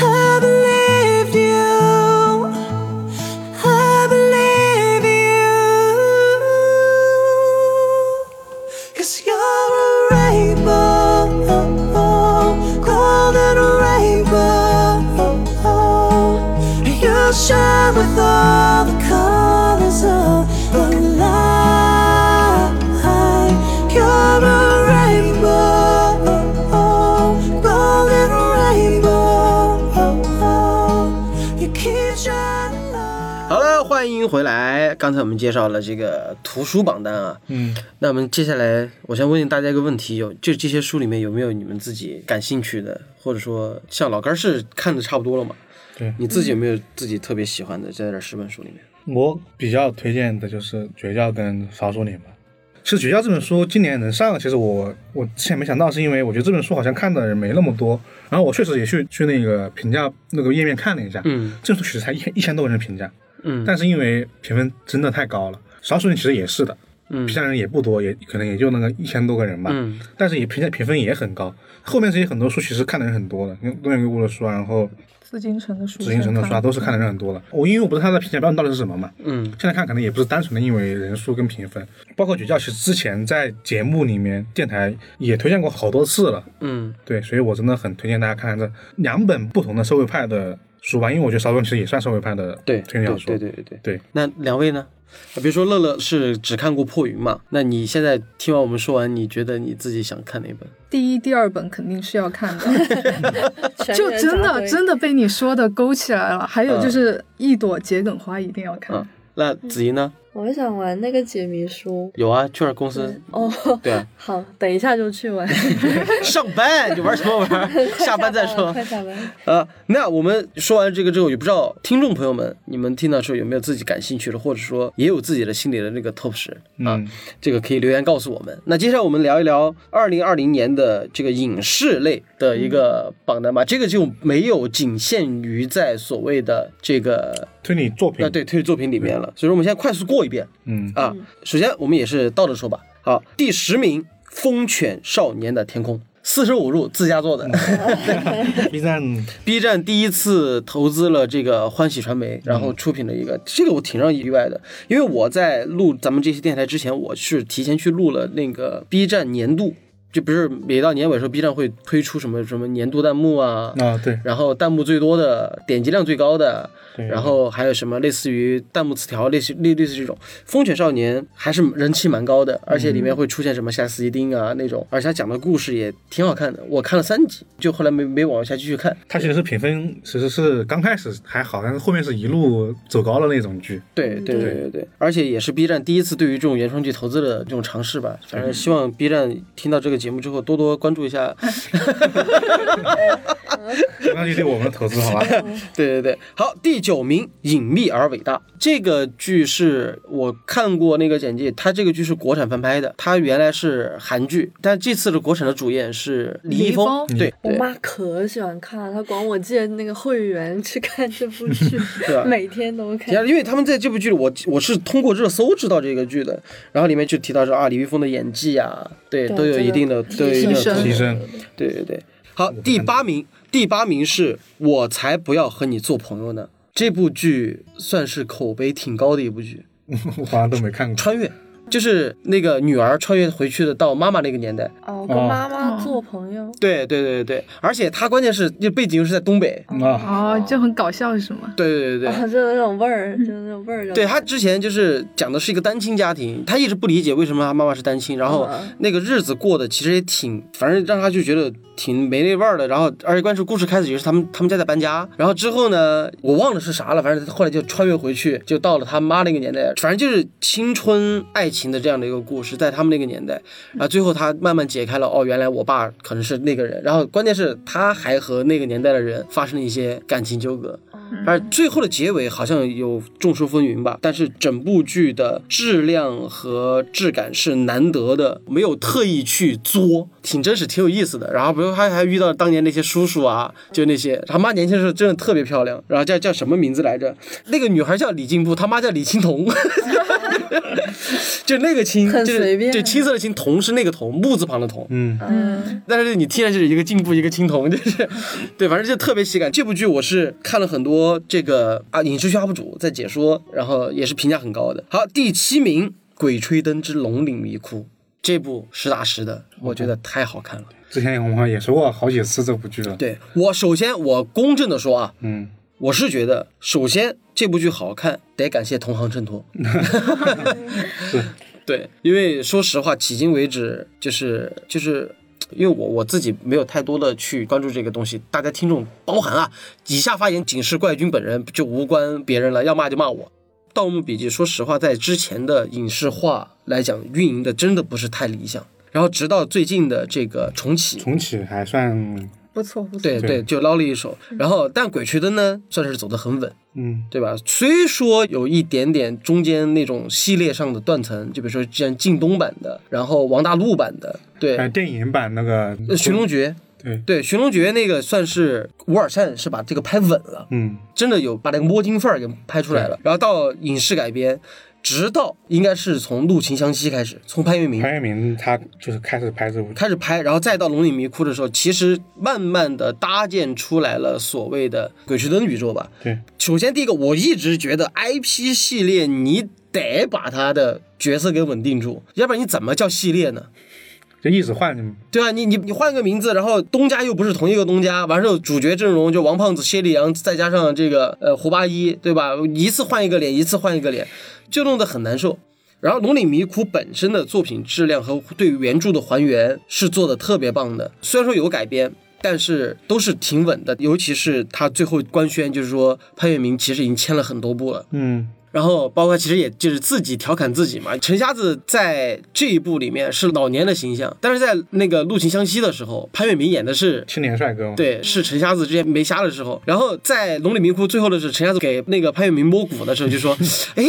Speaker 6: I believed you. I believe you. Cause you're a rainbow, golden rainbow. You shine with all the colors of the light. You're a rainbow, golden rainbow. You keep shining on.
Speaker 2: 好了，欢迎回来。刚才我们介绍了这个图书榜单啊，
Speaker 3: 嗯，
Speaker 2: 那我们接下来我想问大家一个问题：有就这些书里面有没有你们自己感兴趣的，或者说像老干儿是看的差不多了嘛？
Speaker 3: 对
Speaker 2: 你自己有没有自己特别喜欢的在这十本书里面？
Speaker 3: 我比较推荐的就是《绝教》跟《少数你》吧。其实《绝教》这本书今年能上，其实我我之前没想到，是因为我觉得这本书好像看的人没那么多。然后我确实也去去那个评价那个页面看了一下，
Speaker 2: 嗯
Speaker 3: 这本书其实才一一千多人的评价，
Speaker 2: 嗯
Speaker 3: 但是因为评分真的太高了，《少数你》其实也是的，
Speaker 2: 嗯
Speaker 3: 评价人也不多，也可能也就那个一千多个人吧，
Speaker 2: 嗯
Speaker 3: 但是也评价评分也很高。后面这些很多书其实看的人很多的，因为东野圭吾的书啊，然后
Speaker 5: 紫禁城的书，
Speaker 3: 紫禁城的书啊，都是看的人很多的。我因为我不知道它的评价标准到底是什么嘛，
Speaker 2: 嗯
Speaker 3: 现在看可能也不是单纯的因为人数跟评分，包括举教，其实之前在节目里面电台也推荐过好多次了，
Speaker 2: 嗯
Speaker 3: 对，所以我真的很推荐大家看看这两本不同的社会派的书吧，因为我觉得少壮其实也算社会派的
Speaker 2: 对
Speaker 3: 推
Speaker 2: 对
Speaker 3: 理小
Speaker 2: 对
Speaker 3: 说，
Speaker 2: 对对对。
Speaker 3: 对
Speaker 2: 那两位呢？啊比如说乐乐是只看过《破云》嘛？那你现在听完我们说完，你觉得你自己想看哪本？
Speaker 5: 第一、第二本肯定是要看 [LAUGHS] 的，
Speaker 4: 全
Speaker 5: 就
Speaker 4: 员
Speaker 5: 真
Speaker 4: 扎
Speaker 5: 的
Speaker 4: 堆
Speaker 5: 真的被你说的勾起来了。还
Speaker 3: 嗯
Speaker 5: 有就是《一朵桔梗花》一定要看
Speaker 2: 嗯，，那子怡呢？
Speaker 4: 我很想玩那个解谜书。
Speaker 2: 有啊，去尔公司。
Speaker 4: 哦，
Speaker 2: 对
Speaker 4: [LAUGHS]
Speaker 2: 啊，
Speaker 4: 好，等一下就去玩，
Speaker 2: 上班你玩什么玩？ [LAUGHS] 下班再说。
Speaker 4: 快 [LAUGHS] 下班。
Speaker 2: 啊，那我们说完这个之后，也不知道听众朋友们，你们听到之后有没有自己感兴趣的，或者说也有自己的心里的那个 top 十啊？
Speaker 3: 嗯
Speaker 2: 这个可以留言告诉我们。那接下来我们聊一聊二零二零年的这个影视类的一个榜单吧。这个就没有仅限于在所谓的这个
Speaker 3: 推理作品，
Speaker 2: 啊对推理作品里面了，所以说我们现在快速过一遍
Speaker 3: 嗯，
Speaker 2: 啊。首先我们也是倒着说吧。好，第十名《风犬少年的天空》，四舍五入自家做的。
Speaker 3: B 站
Speaker 2: B 站第一次投资了这个欢喜传媒，然后出品了一个，这个我挺让意外的，因为我在录咱们这期电台之前，我是提前去录了那个 B 站年度，就不是每到年尾的时候，B 站会推出什么什么年度弹幕啊，
Speaker 3: 啊，对
Speaker 2: 然后弹幕最多的、点击量最高的，
Speaker 3: 对，
Speaker 2: 然后还有什么类似于弹幕词条，类似类类似这种《风犬少年》还是人气蛮高的，而且里面会出现什么夏斯一丁啊那种，而且他讲的故事也挺好看的，我看了三集，就后来没没往下继续看。
Speaker 3: 它其实是评分其实是刚开始还好，但是后面是一路走高的那种剧，
Speaker 2: 对对对对对，而且也是 B 站第一次对于这种原创剧投资的这种尝试吧。反正希望 B 站听到这个节目之后，多多关注一下。
Speaker 3: 相当于对我们的投资，好
Speaker 2: [LAUGHS]
Speaker 3: 吧？
Speaker 2: [LAUGHS] 对对对，好，第九名，《隐秘而伟大》这个剧是我看过那个简介，它这个剧是国产翻拍的，它原来是韩剧，但这次的国产的主演是李易峰。
Speaker 5: 李易
Speaker 2: 对
Speaker 4: 嗯我
Speaker 2: 对
Speaker 4: 妈可喜欢看了，她管我借那个会员去看这
Speaker 2: [LAUGHS]
Speaker 4: 部剧
Speaker 2: 吧，
Speaker 4: 每天都
Speaker 2: 提到
Speaker 4: 看。
Speaker 2: 因啊为他们在这部剧里，我我是通过热搜知道这个剧的，然后里面就提到说啊，李易峰的演技啊，对，
Speaker 4: 对
Speaker 2: 都有一定的对一定
Speaker 5: 提升
Speaker 3: 提升，
Speaker 2: 对对对，好，第八名，第八名是我才不要和你做朋友呢。这部剧算是口碑挺高的一部剧，
Speaker 3: 我好像都没看过。
Speaker 2: 穿越就是那个女儿穿越回去的到妈妈那个年代。
Speaker 4: 哦，跟妈妈做朋友，
Speaker 2: 对对对对，而且它关键是就背景又是在东北。
Speaker 3: 啊，
Speaker 5: 哦，就很搞笑是吗？
Speaker 2: 对对对对
Speaker 4: 啊，就那种味儿，
Speaker 5: 嗯
Speaker 4: 就那种味儿。
Speaker 2: 对他之前就是讲的是一个单亲家庭，他一直不理解为什么他妈妈是单亲，然后
Speaker 4: 嗯
Speaker 2: 那个日子过得其实也挺，反正让他就觉得挺没那味儿的。然后而且关键是故事开始也是他们他们家在搬家，然后之后呢，我忘了是啥了，反正后来就穿越回去，就到了他妈那个年代，反正就是青春爱情的这样的一个故事，在他们那个年代。啊，最后他慢慢解开了，哦，原来我爸可能是那个人。然后关键是他还和那个年代的人发生了一些感情纠葛。
Speaker 4: 嗯
Speaker 2: 而最后的结尾好像有众说纷纭吧，但是整部剧的质量和质感是难得的，没有特意去作，挺真实，挺有意思的。然后比如他还遇到当年那些叔叔啊，就那些他妈年轻的时候真的特别漂亮，然后叫叫什么名字来着？ [LAUGHS] 那个女孩叫李进步，他妈叫李青桐， [LAUGHS] 就那个青，
Speaker 4: 很
Speaker 2: 就是
Speaker 4: 随便
Speaker 2: 就青色的青，桐是那个桐，木字旁的桐。
Speaker 3: 嗯，
Speaker 4: 嗯，
Speaker 2: 但是你听上去是一个进步，一个青铜， [LAUGHS] 就是对，反正就特别喜感。这部剧我是看了很多这个啊影视剧 UP 主在解说，然后也是评价很高的。好，第七名《鬼吹灯之龙岭迷窟》这部实打实的，我觉得太好看了。
Speaker 3: 之前我们好像也说过好几次这部剧了。
Speaker 2: 对我首先我公正的说啊，
Speaker 3: 嗯，
Speaker 2: 我是觉得首先这部剧好看得感谢同行衬托。对，因为说实话，迄今为止就是就是。因为我我自己没有太多的去关注这个东西，大家听众包含啊，以下发言仅是怪君本人，就无关别人了，要骂就骂我。《盗墓笔记》说实话，在之前的影视化来讲，运营的真的不是太理想。然后直到最近的这个重启，
Speaker 3: 重启还算，
Speaker 5: 不错不错，
Speaker 2: 对
Speaker 3: 对
Speaker 2: 对，就捞了一手。然后，但《鬼吹灯》呢，算是走得很稳，
Speaker 3: 嗯，
Speaker 2: 对吧？虽说有一点点中间那种系列上的断层，就比如说像靳东版的，然后王大陆版的，对，
Speaker 3: 哎，
Speaker 2: 呃
Speaker 3: 电影版那个
Speaker 2: 《呃寻龙诀》。
Speaker 3: 对，
Speaker 2: 对《寻龙诀》那个算是吴尔善是把这个拍稳了，
Speaker 3: 嗯，
Speaker 2: 真的有把那个摸金范儿给拍出来了。然后到影视改编，直到应该是从《陆秦湘西》开始，从潘粤明
Speaker 3: 潘粤明他就是开始拍这部剧，
Speaker 2: 开始拍，然后再到《龙岭迷窟》的时候，其实慢慢的搭建出来了所谓的《鬼吹灯》宇宙吧。
Speaker 3: 对，
Speaker 2: 首先第一个，我一直觉得 IP 系列你得把它的角色给稳定住，要不然你怎么叫系列呢？
Speaker 3: 就一直换，
Speaker 2: 对啊，你你你换个名字，然后东家又不是同一个东家，完事后主角阵容就王胖子、薛立阳，再加上这个呃胡八一，对吧？一次换一个脸，一次换一个脸，就弄得很难受。然后《龙岭迷窟》本身的作品质量和对原著的还原是做的特别棒的，虽然说有改编。但是都是挺稳的，尤其是他最后官宣，就是说潘粤明其实已经签了很多部了，
Speaker 3: 嗯，
Speaker 2: 然后包括其实也就是自己调侃自己嘛。陈瞎子在这一部里面是老年的形象，但是在那个《陆秦湘西》的时候，潘粤明演的是。
Speaker 3: 青年帅哥嘛，，
Speaker 2: 对，是陈瞎子之前没瞎的时候，然后在《龙岭迷窟》最后的是陈瞎子给那个潘粤明摸骨的时候，就说：“ [LAUGHS] 哎，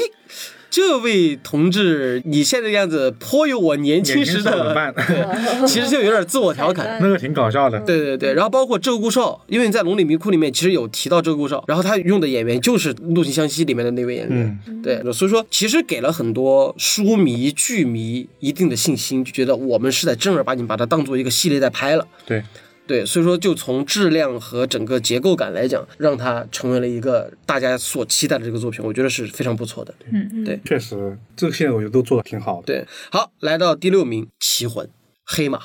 Speaker 2: 这位同志，你现在这样子颇有我年轻
Speaker 3: 年轻
Speaker 2: 时
Speaker 3: 时候
Speaker 2: 的，
Speaker 3: 的伴，
Speaker 2: [LAUGHS] 其实就有点自我调侃。”
Speaker 3: [LAUGHS] 那个挺搞笑的，
Speaker 2: 对对对，然后包括鹧鸪哨，因为你在《龙岭迷窟》里面其实有提到鹧鸪哨，然后他用的演员就是《陆行湘西》里面的那位演员，对，所以说其实给了很多书迷、剧迷一定的信心，就觉得我们是在正儿八经把它当做一个系列在拍了。
Speaker 3: 对，
Speaker 2: 对，所以说就从质量和整个结构感来讲，让它成为了一个大家所期待的这个作品，我觉得是非常不错的。
Speaker 3: 确实这个系列我觉得都做的挺好的，
Speaker 2: 对，好，来到第六名，《棋魂》黑马，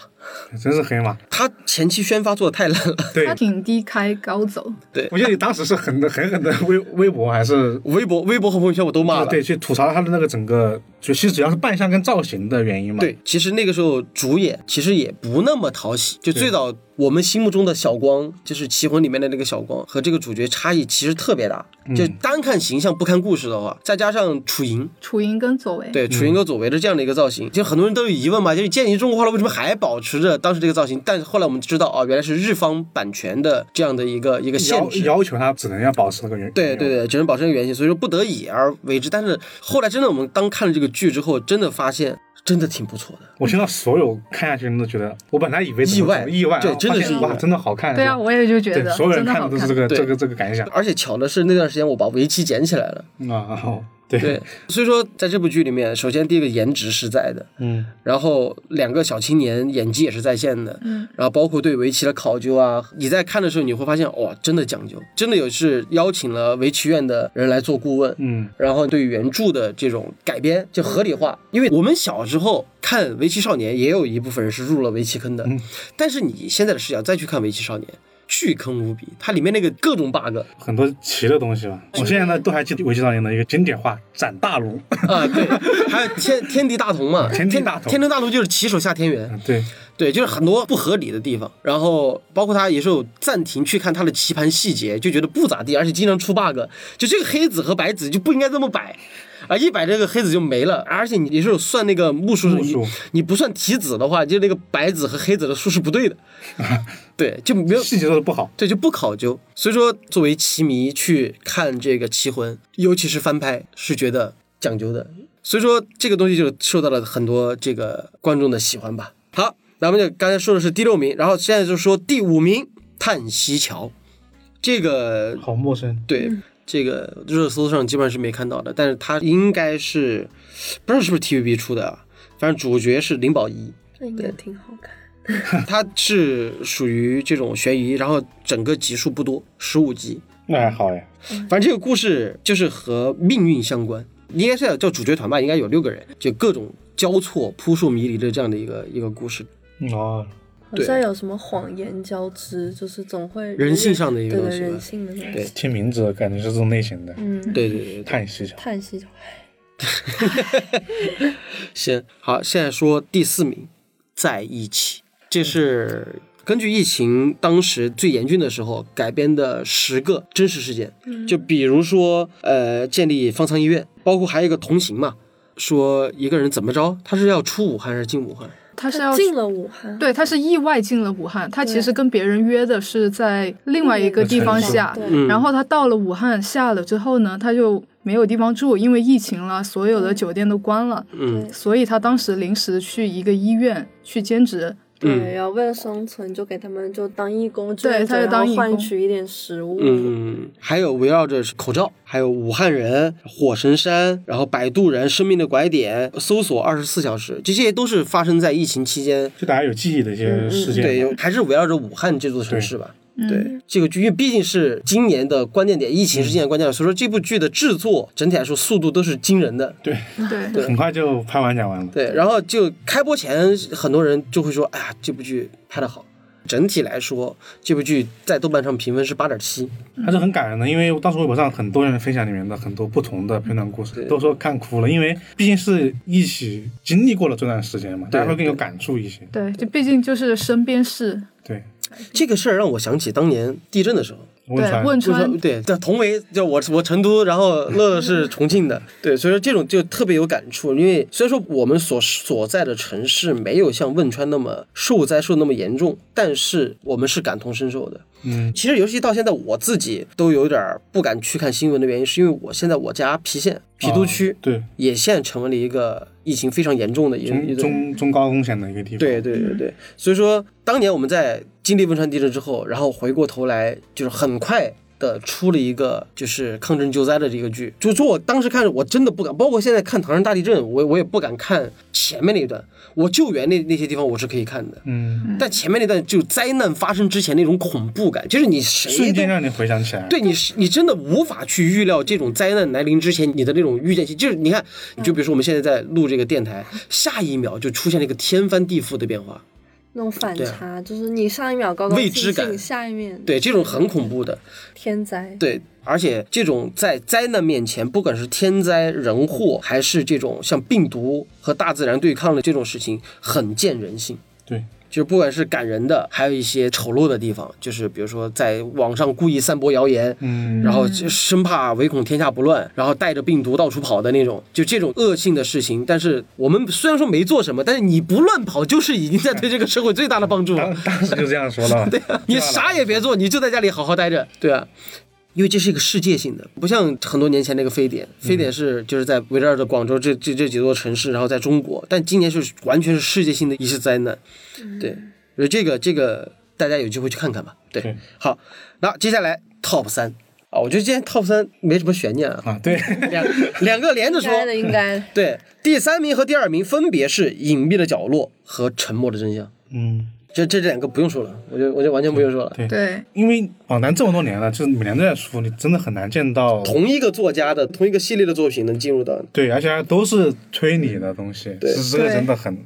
Speaker 3: 真是黑马，
Speaker 2: 它前期宣发做的太烂了，
Speaker 3: 对
Speaker 5: 他，挺低开高走，
Speaker 3: 我记得你当时是狠的狠狠的微微博还是。
Speaker 2: 微博、微博和朋友圈我都骂了。
Speaker 3: 对，去吐槽他的那个整个，就其实只要是扮相跟造型的原因嘛。
Speaker 2: 对，其实那个时候主演其实也不那么讨喜，就最早我们心目中的小光，就是《棋魂》里面的那个小光，和这个主角差异其实特别大。就单看形象不看故事的话，再加上楚莹，
Speaker 5: 楚莹跟左为，
Speaker 2: 对楚莹和左为的这样的一个造型，就很多人都有疑问嘛，就是建议中国化了，为什么还保持着当时这个造型？但是后来我们知道，哦，原来是日方版权的这样的一个一个限
Speaker 3: 要
Speaker 2: 制。
Speaker 3: 要求他只能要保持那个原
Speaker 2: 对对
Speaker 3: 原
Speaker 2: 对，只能保持这个原型，所以说不得已而为之。但是后来真的，我们当看了这个剧之后，真的发现真的挺不错的。
Speaker 3: 我听到所有看下去人都觉得，我本来以为怎么
Speaker 2: 意外
Speaker 3: 意外啊，
Speaker 2: 对真的
Speaker 3: 发现
Speaker 2: 是意外
Speaker 3: 哇，真的好看。
Speaker 5: 对啊，我也就觉
Speaker 3: 对
Speaker 5: 得
Speaker 3: 所有人
Speaker 5: 真的
Speaker 3: 看
Speaker 5: 好
Speaker 3: 的都
Speaker 5: 看
Speaker 3: 是这。个
Speaker 2: 对
Speaker 3: 这个这个感想
Speaker 2: 而且巧的是，那段时间我把围棋捡起来了，
Speaker 3: 嗯啊。对 [LAUGHS]
Speaker 2: 对，所以说在这部剧里面，首先第一个颜值是在的，
Speaker 3: 嗯，
Speaker 2: 然后两个小青年演技也是在线的，嗯，然后包括对围棋的考究啊，你在看的时候你会发现，哇，真的讲究，真的有是邀请了围棋院的人来做顾问，
Speaker 3: 嗯，
Speaker 2: 然后对原著的这种改编就合理化，因为我们小时候看《围棋少年》，也有一部分人是入了围棋坑的，但是你现在的视角再去看《围棋少年》，巨坑无比，它里面那个各种 bug
Speaker 3: 很多奇的东西吧。我现在呢都还记得《围棋少年》的一个经典话“斩大龙
Speaker 2: [LAUGHS] 啊，对，还有天天地大同嘛，
Speaker 3: 天地大同嗯
Speaker 2: 天地大同就是棋手下天元，”，
Speaker 3: 对，
Speaker 2: 对，就是很多不合理的地方，然后包括他也是有暂停去看他的棋盘细节，就觉得不咋地，而且经常出 bug。就这个黑子和白子就不应该这么摆，啊，一摆这个黑子就没了。而且你也是有算那个目数，
Speaker 3: 目
Speaker 2: 你
Speaker 3: 数
Speaker 2: 你不算提子的话，就那个白子和黑子的数是不
Speaker 3: [LAUGHS]
Speaker 2: 对的。对，就没有
Speaker 3: [LAUGHS] 细节做的不好，
Speaker 2: 这就不考究。所以说，作为棋迷去看这个《棋魂》，尤其是翻拍，是觉得讲究的。所以说，这个东西就受到了很多这个观众的喜欢吧。好，咱们就刚才说的是第六名，然后现在就说第五名《叹息桥》，这个
Speaker 3: 好陌生。
Speaker 2: 对。这个热搜上基本上是没看到的，但是它应该是不知道是不是 TVB 出的啊，反正主角是林保怡，
Speaker 4: 这应该挺好看。
Speaker 2: 它是属于这种悬疑，然后整个集数不多，十五集，
Speaker 3: 那还好哎，
Speaker 2: 反正这个故事就是和命运相关，应该是叫主角团吧，应该有六个人，就各种交错、扑朔迷离的这样的一个一个故事，
Speaker 3: 嗯哦，
Speaker 4: 好
Speaker 2: 对
Speaker 4: 像有什么谎言交织，就是总会
Speaker 2: 人性上的一个
Speaker 4: 对
Speaker 2: 东
Speaker 4: 对
Speaker 2: 西吧
Speaker 4: 人。性的东西。
Speaker 2: 对
Speaker 3: 听名字感觉是这种类型的。
Speaker 4: 嗯，
Speaker 2: 对对对，对
Speaker 3: 叹息桥，
Speaker 4: 叹息。
Speaker 2: 行好，现在说第四名，在一起，这是根据疫情当时最严峻的时候改编的十个真实事件，就比如说呃建立方舱医院，包括还有一个同行嘛，说一个人怎么着，他是要出武汉还是进武汉？
Speaker 5: 他是
Speaker 4: 他
Speaker 5: 要
Speaker 4: 进了武汉，
Speaker 5: 对，他是意外进了武汉。他其
Speaker 4: 对
Speaker 5: 实跟别人约的是在另外一个地方
Speaker 3: 城市
Speaker 5: 下，
Speaker 4: 对
Speaker 2: 嗯
Speaker 5: 然后他到了武汉下了之后呢，他就没有地方住，因为疫情了，所有的酒店都关了，
Speaker 2: 嗯
Speaker 5: 所以他当时临时去一个医院去兼职。
Speaker 2: 嗯
Speaker 4: 对，然后为了生存，就给他们就当义工，志愿者
Speaker 5: 他就当义工
Speaker 4: 然后换取一点食物。
Speaker 2: 嗯，还有围绕着口罩，还有武汉人、火神山，然后摆渡人、生命的拐点、搜索二十四小时，这些都是发生在疫情期间。
Speaker 3: 就大家有记忆的一些事件。
Speaker 2: 嗯对，有还是围绕着武汉这座城市吧。
Speaker 5: 嗯
Speaker 2: 对，这个剧因为毕竟是今年的关键点，疫情事件的关键点，所以说这部剧的制作整体来说速度都是惊人的。
Speaker 3: 对，
Speaker 2: [LAUGHS]
Speaker 5: 对，
Speaker 2: 对
Speaker 3: 很快就拍完讲完了。
Speaker 2: 对，然后就开播前，很多人就会说：“哎呀，这部剧拍得好。”整体来说，这部剧在豆瓣上评分是八点七。
Speaker 3: 还是很感人的，因为当时微博上很多人分享里面的很多不同的片段故事
Speaker 2: 对，
Speaker 3: 都说看哭了，因为毕竟是一起经历过了这段时间嘛，大家会更有
Speaker 2: 对
Speaker 3: 感触一些。
Speaker 5: 对，就毕竟就是身边事。
Speaker 3: 对，
Speaker 2: 这个事儿让我想起当年地震的时候，
Speaker 3: 汶
Speaker 5: 对，
Speaker 3: 川，
Speaker 5: 汶
Speaker 2: 就
Speaker 5: 川
Speaker 2: 是对，但同为就我我成都，然后乐乐是重庆的，对，所以说这种就特别有感触，因为虽然说我们所所在的城市没有像汶川那么受灾受那么严重，但是我们是感同身受的。
Speaker 3: 嗯，
Speaker 2: 其实尤其到现在，我自己都有点儿不敢去看新闻的原因，是因为我现在我家郫县郫都
Speaker 3: 啊
Speaker 2: 区、
Speaker 3: 对，
Speaker 2: 也现在成为了一个疫情非常严重的一个一
Speaker 3: 中
Speaker 2: 个
Speaker 3: 中中高风险的一个地方。
Speaker 2: 对，对对对，所以说当年我们在经历汶川地震之后，然后回过头来，就是很快的出了一个就是抗震救灾的这个剧，就是说我当时看着我真的不敢，包括现在看唐山大地震，我我也不敢看前面那一段，我救援那那些地方我是可以看的。
Speaker 3: 嗯，
Speaker 2: 但前面那段就灾难发生之前那种恐怖感，就是你谁
Speaker 3: 瞬
Speaker 2: 都
Speaker 3: 间让你回想起来。
Speaker 2: 对你是，你真的无法去预料这种灾难来临之前你的那种预见性。就是你看，就比如说我们现在在录这个电台，下一秒就出现了一个天翻地覆的变化，
Speaker 4: 那种反
Speaker 2: 对啊
Speaker 4: 差，就是你上一秒高高
Speaker 2: 未
Speaker 4: 兴
Speaker 2: 知感
Speaker 4: 兴，下一面
Speaker 2: 对，这种很恐怖的，
Speaker 4: 天灾，
Speaker 2: 对。而且这种在灾难面前，不管是天灾人祸，还是这种像病毒和大自然对抗的这种事情，很见人性。
Speaker 3: 对，
Speaker 2: 就是不管是感人的，还有一些丑陋的地方，就是比如说在网上故意散播谣言，
Speaker 3: 嗯，
Speaker 2: 然后就生怕唯恐天下不乱，然后带着病毒到处跑的那种，就这种恶性的事情。但是我们虽然说没做什么，但是你不乱跑，就是已经在对这个社会最大的帮助
Speaker 3: 当
Speaker 2: 了。
Speaker 3: 当时就这样
Speaker 2: 啊
Speaker 3: 说
Speaker 2: [LAUGHS]
Speaker 3: 了。对
Speaker 2: 你啥也别做，你就在家里好好待着，对啊。因为这是一个世界性的，不像很多年前那个非典，非典是就是在围绕着广州这这这几座城市，然后在中国，但今年是完全是世界性的一次灾难，对，所以这个这个大家有机会去看看吧，对，
Speaker 3: 对
Speaker 2: 好，那接下来 top 三。啊，我觉得今天 top 三没什么悬念啊， [LAUGHS]
Speaker 3: 啊，对，
Speaker 2: 两两个连着
Speaker 4: [LAUGHS] 应
Speaker 2: 说，
Speaker 4: 该的，应
Speaker 2: [LAUGHS]
Speaker 4: 该的。
Speaker 2: 对，第三名和第二名分别是《隐秘的角落》和《沉默的真相》。
Speaker 3: 嗯，
Speaker 2: 这这两个不用说了，我觉得我觉得完全不用说了。
Speaker 3: 对
Speaker 5: 对，
Speaker 3: 因为网南这么多年了，就是每年都在出，你真的很难见到。
Speaker 2: 同一个作家的同一个系列的作品能进入到，
Speaker 3: 对，而且还都是推理的东西，
Speaker 2: 对
Speaker 3: 是这个真的很，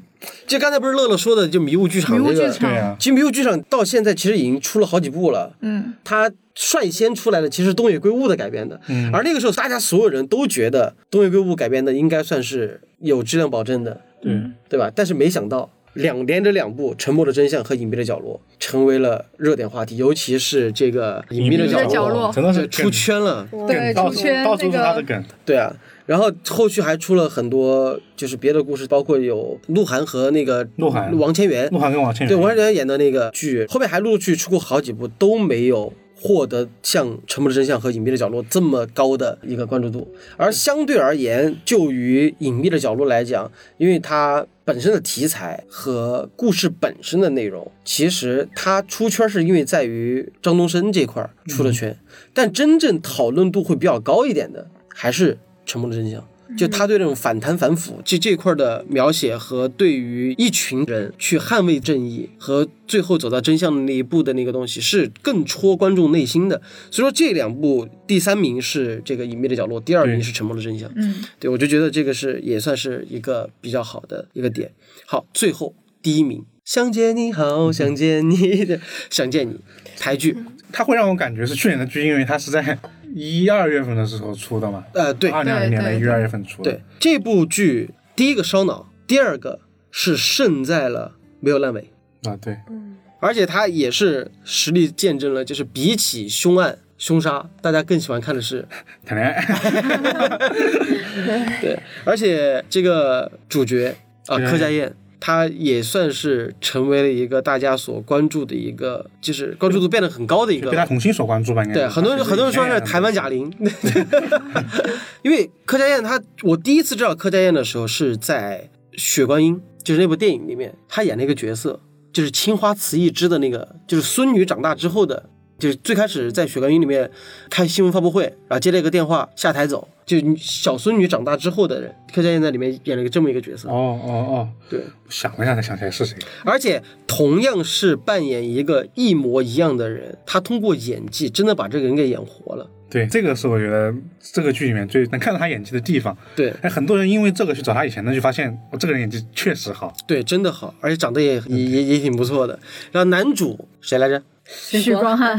Speaker 2: 就刚才不是乐乐说的，就迷雾剧场
Speaker 5: 迷雾
Speaker 2: 这个，
Speaker 5: 剧场
Speaker 3: 对啊，
Speaker 2: 其实迷雾剧场到现在其实已经出了好几部了，
Speaker 5: 嗯，
Speaker 2: 它率先出来的其实是东野圭吾的改编的，
Speaker 3: 嗯
Speaker 2: 而那个时候大家所有人都觉得东野圭吾改编的应该算是有质量保证的，
Speaker 3: 对，
Speaker 5: 嗯
Speaker 2: 对吧？但是没想到两连着两部《沉默的真相》和《隐秘的角落》成为了热点话题，尤其是这个《隐秘的
Speaker 5: 角落
Speaker 3: 真的是
Speaker 2: 这出
Speaker 3: 梗
Speaker 2: 圈了，
Speaker 5: 对
Speaker 3: 梗到
Speaker 5: 出
Speaker 3: 处
Speaker 5: 圈
Speaker 3: 到处
Speaker 5: 那
Speaker 3: 是他
Speaker 5: 个
Speaker 3: 的梗，
Speaker 2: 对啊。然后后续还出了很多就是别的故事，包括有鹿晗和那个
Speaker 3: 鹿晗
Speaker 2: 王千源，
Speaker 3: 鹿晗跟王千源，
Speaker 2: 对王千源演的那个剧，后面还陆陆续续出过好几部，都没有。获得像《沉默的真相》和《隐秘的角落》这么高的一个关注度，而相对而言，就于《隐秘的角落》来讲，因为它本身的题材和故事本身的内容，其实它出圈是因为在于张东升这块儿出了圈，
Speaker 3: 嗯
Speaker 2: 但真正讨论度会比较高一点的，还是《沉默的真相》。就他对这种反弹反腐这这块儿的描写和对于一群人去捍卫正义和最后走到真相的那一步的那个东西，是更戳观众内心的。所以说这两部，第三名是这个《隐秘的角落》，第二名
Speaker 3: 对
Speaker 2: 是《沉默的真相》。
Speaker 5: 嗯，
Speaker 2: 对我就觉得这个是也算是一个比较好的一个点。好，最后第一名。想见你好，想见你 [LAUGHS] 的，想见你，台剧，
Speaker 3: 他会让我感觉是去年的剧，因为他是在一二月份的时候出的嘛，
Speaker 2: 呃，对，
Speaker 3: 二零二零年的
Speaker 5: 对
Speaker 3: 一
Speaker 5: 对
Speaker 3: 二月份出的，
Speaker 2: 对，这部剧，第一个烧脑，第二个是胜在了没有烂尾，
Speaker 3: 啊，对，
Speaker 2: 而且它也是实力见证了，就是比起凶案、凶杀，大家更喜欢看的是
Speaker 3: 谈恋爱，
Speaker 2: 对，而且这个主角啊，柯
Speaker 3: 柯佳
Speaker 2: 佳燕。她也算是成为了一个大家所关注的一个，就是关注度变得很高的一个
Speaker 3: [LAUGHS] 被他童星所关注吧，应该
Speaker 2: 对，
Speaker 3: 是
Speaker 2: 很多人很多人说是
Speaker 3: [LAUGHS]
Speaker 2: 台湾贾玲， [LAUGHS] 因为柯佳燕她，我第一次知道柯佳燕的时候是在《血观音》，就是那部电影里面，她演了一个角色，就是青花瓷一支的那个，就是孙女长大之后的，就是最开始在《血观音》里面开新闻发布会，然后接了一个电话下台走，就是小孙女长大之后的人，柯佳燕在里面演了一个这么一个角色，
Speaker 3: 哦哦哦，
Speaker 2: 对，
Speaker 3: 想了一下才想起来是谁，
Speaker 2: 而且同样是扮演一个一模一样的人，她通过演技真的把这个人给演活了，
Speaker 3: 对，这个是我觉得这个剧里面最能看到他演技的地方。
Speaker 2: 对。
Speaker 3: 哎，很多人因为这个去找他以前的，就发现我、哦这个人演技确实好。
Speaker 2: 对，真的好，而且长得也也也也挺不错的。然后男主谁来着？
Speaker 5: 许光汉，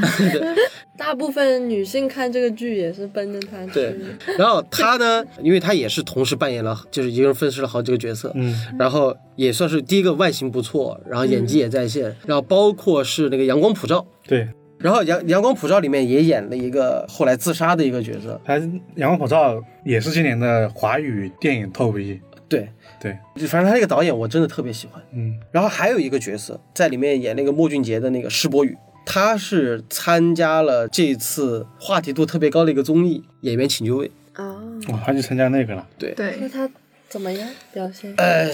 Speaker 4: 大部分女性看这个剧也是奔着他去
Speaker 2: [LAUGHS] 对
Speaker 4: 的。，
Speaker 2: 然后他呢，因为他也是同时扮演了，就是一个人分饰了好几个角色，
Speaker 3: 嗯，
Speaker 2: 然后也算是第一个外形不错，然后演技也在线，然后包括是那个阳光普照，
Speaker 3: 对，
Speaker 2: 然后阳阳光普照里面也演了一个后来自杀的一个角色，
Speaker 3: 他《阳光普照》也是今年的华语电影 TOP 一。
Speaker 2: 对，
Speaker 3: 对，
Speaker 2: 反正他这个导演我真的特别喜欢。
Speaker 3: 嗯，
Speaker 2: 然后还有一个角色在里面演那个莫俊杰的那个施柏宇，他是参加了这次话题度特别高的一个综艺《演员请就位》。
Speaker 4: 啊，
Speaker 3: 哇，他去参加那个了。
Speaker 4: 那
Speaker 5: 对，
Speaker 4: 他怎么样表现？
Speaker 2: 呃，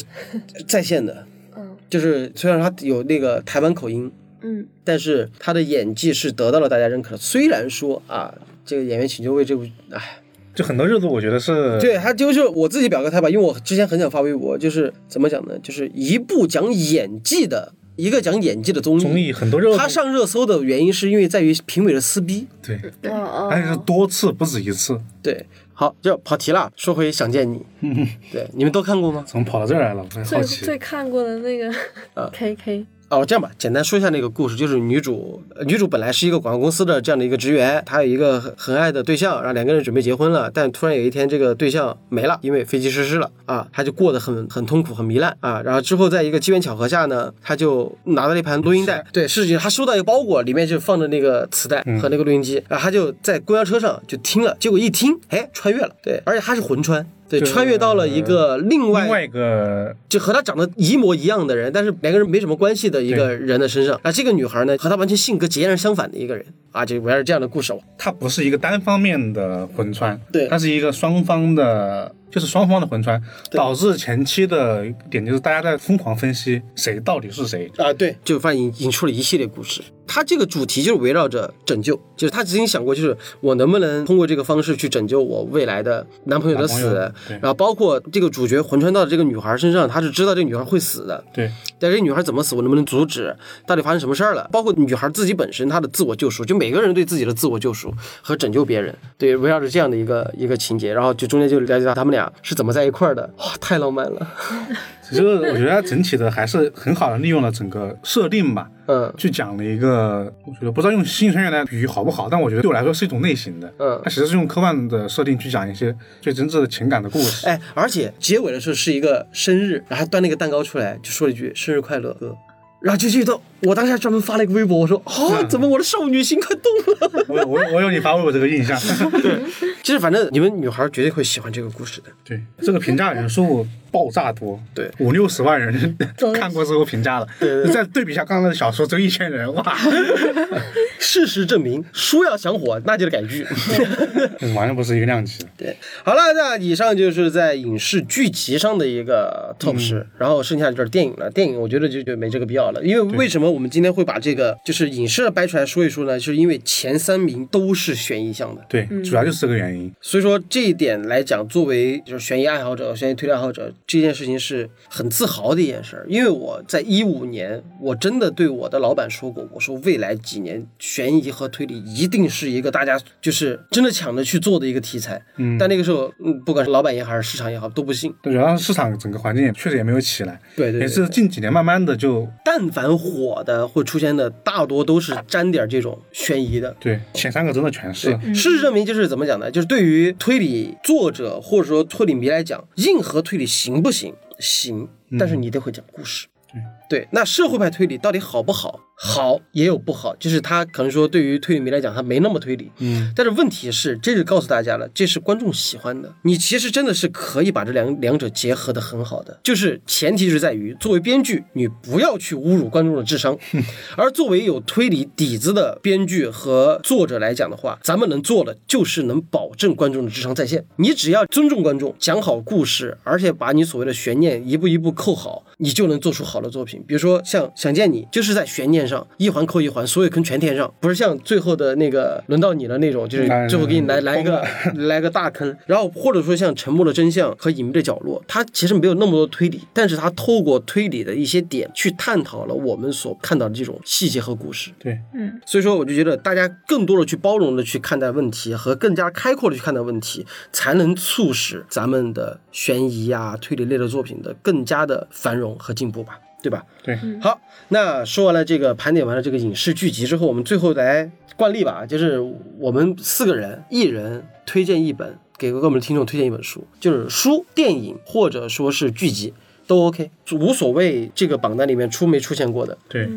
Speaker 2: 在线的，
Speaker 4: 嗯
Speaker 2: 就是虽然他有那个台湾口音，
Speaker 4: 嗯
Speaker 2: 但是他的演技是得到了大家认可的。虽然说啊，这个演员请就位这部，哎，
Speaker 3: 就很多热度，我觉得是
Speaker 2: 对他就是我自己表个态吧，因为我之前很想发微博，就是怎么讲呢，就是一部讲演技的，一个讲演技的综艺。
Speaker 3: 综艺很多热度。
Speaker 2: 他上热搜的原因是因为在于评委的撕逼。
Speaker 3: 对，
Speaker 5: 对
Speaker 4: 哦哦，
Speaker 3: 而且是多次，不止一次。
Speaker 2: 对，好，就跑题了。说回《想见你》，对，你们都看过吗？
Speaker 3: 怎么跑到这儿来了？我很
Speaker 4: 最
Speaker 3: 好奇。
Speaker 4: 最看过的那个 [LAUGHS] K K，
Speaker 2: 哦，这样吧，简单说一下那个故事，就是女主，呃女主本来是一个广告公司的这样的一个职员，她有一个很很爱的对象，然后两个人准备结婚了，但突然有一天这个对象没了，因为飞机失事了啊，她就过得很很痛苦，很糜烂啊。然后之后在一个机缘巧合下呢，她就拿到了一盘录音带，对，是嗯她收到一个包裹，里面就放着那个磁带和那个录音机，然后她就在公交车上就听了，结果一听，哎，穿越了，对，而且她是魂穿。对，
Speaker 3: 就是
Speaker 2: 穿越到了一个另外
Speaker 3: 另外一个
Speaker 2: 就和他长得一模一样的人，但是两个人没什么关系的一个人的身上，啊，这个女孩呢和他完全性格截然相反的一个人啊，就围绕这样的故事，
Speaker 3: 它不是一个单方面的魂穿，
Speaker 2: 对
Speaker 3: 它是一个双方的，就是双方的魂穿，导致前期的点就是大家在疯狂分析谁到底是谁，
Speaker 2: 啊，对，就发现引引出了一系列故事。他这个主题就是围绕着拯救，就是他曾经想过，就是我能不能通过这个方式去拯救我未来的男朋友的
Speaker 3: 男朋友
Speaker 2: 死，
Speaker 3: 对
Speaker 2: 然后包括这个主角魂穿到的这个女孩身上，他是知道这个女孩会死的，
Speaker 3: 对，
Speaker 2: 但这女孩怎么死，我能不能阻止？到底发生什么事儿了？包括女孩自己本身她的自我救赎，就每个人对自己的自我救赎和拯救别人，对，围绕着这样的一个一个情节，然后就中间就了解到他们俩是怎么在一块儿的，哇、太浪漫了，
Speaker 3: 其实我觉得它整体的还是很好的利用了整个设定吧，
Speaker 2: 嗯
Speaker 3: 去讲了一个，我觉得不知道用新穿越来比喻好不好，但我觉得对我来说是一种类型的，
Speaker 2: 嗯
Speaker 3: 它。其实是用科幻的设定去讲一些最真挚的情感的故
Speaker 2: [LAUGHS]
Speaker 3: 事。
Speaker 2: 哎，而且结尾的时候是一个生日，然后他端了一个蛋糕出来，就说了一句“生日快乐，哥”，然后就这一段，我当时还专门发了一个微博，我说：“啊，怎么我的少女心快动了？” [LAUGHS]
Speaker 3: 我我我有你发微博这个印象，
Speaker 2: 其实反正你们女孩绝对会喜欢这个故事的。
Speaker 3: 对这个评价人数爆炸多，
Speaker 2: 对
Speaker 3: 五六十万人
Speaker 4: 总
Speaker 3: 看过之后评价了，再对比一下刚刚的小说，只有一千人，哇，
Speaker 2: 事实证明，书要想火，那就得改剧。 [LAUGHS]
Speaker 3: 完全不是一个量级。
Speaker 2: 对，好了，那以上就是在影视剧集上的一个 top 十、然后剩下就是电影了。电影我觉得就就没这个必要了，因为为什么我们今天会把这个就是影视掰出来说一说呢？就是因为前三名都是悬疑项的。
Speaker 3: 对，主要就是这个原因。
Speaker 2: 所以说这一点来讲，作为就是悬疑爱好者、悬疑推理爱好者，这件事情是很自豪的一件事儿。因为我在一五年，我真的对我的老板说过，我说未来几年悬疑和推理一定是一个大家就是真的抢着去做的一个题材。嗯，但那个时候，嗯，不管是老板也好，还是市场也好，都不信。
Speaker 3: 主要是市场整个环境也确实也没有起来，
Speaker 2: 对对对
Speaker 3: 也是近几年慢慢的就
Speaker 2: 但凡火的会出现的，大多都是沾点这种悬疑的。
Speaker 3: 对前三个真的全是，
Speaker 2: 事实证明，就是怎么讲呢？就是对于推理作者或者说推理迷来讲，硬核推理行不行？行，但是你得会讲故事。嗯对，那社会派推理到底好不好？好，也有不好，就是他可能说对于推理迷来讲，他没那么推理。嗯，但是问题是，这是告诉大家了，这是观众喜欢的。你其实真的是可以把这两两者结合的很好的，就是前提是在于作为编剧，你不要去侮辱观众的智 [LAUGHS] 商。而作为有推理底子的编剧和作者来讲的话，咱们能做的就是能保证观众的智商在线。你只要尊重观众，讲好故事，而且把你所谓的悬念一步一步扣好，你就能做出好的作品。比如说像《想见你》，就是在悬念上一环扣一环，所有坑全填上，不是像最后的那个轮到你了那种，就是
Speaker 3: 哎
Speaker 2: 最后给你来来一个
Speaker 3: 疯
Speaker 2: [LAUGHS]
Speaker 3: 了
Speaker 2: 来个大坑，然后或者说像《沉默的真相》和《隐秘的角落》，它其实没有那么多推理，但是它透过推理的一些点去探讨了我们所看到的这种细节和故事。
Speaker 3: 对，
Speaker 2: 所以说，我就觉得大家更多的去包容的去看待问题，和更加开阔的去看待问题，才能促使咱们的悬疑啊、推理类的作品的更加的繁荣和进步吧，对吧？
Speaker 3: 对，
Speaker 2: 好，那说完了这个盘点完了这个影视剧集之后，我们最后来惯例吧，就是我们四个人一人推荐一本，给各位我们的听众推荐一本书，就是书、电影或者说是剧集都 OK，无所谓这个榜单里面出没出现过的。
Speaker 3: 对，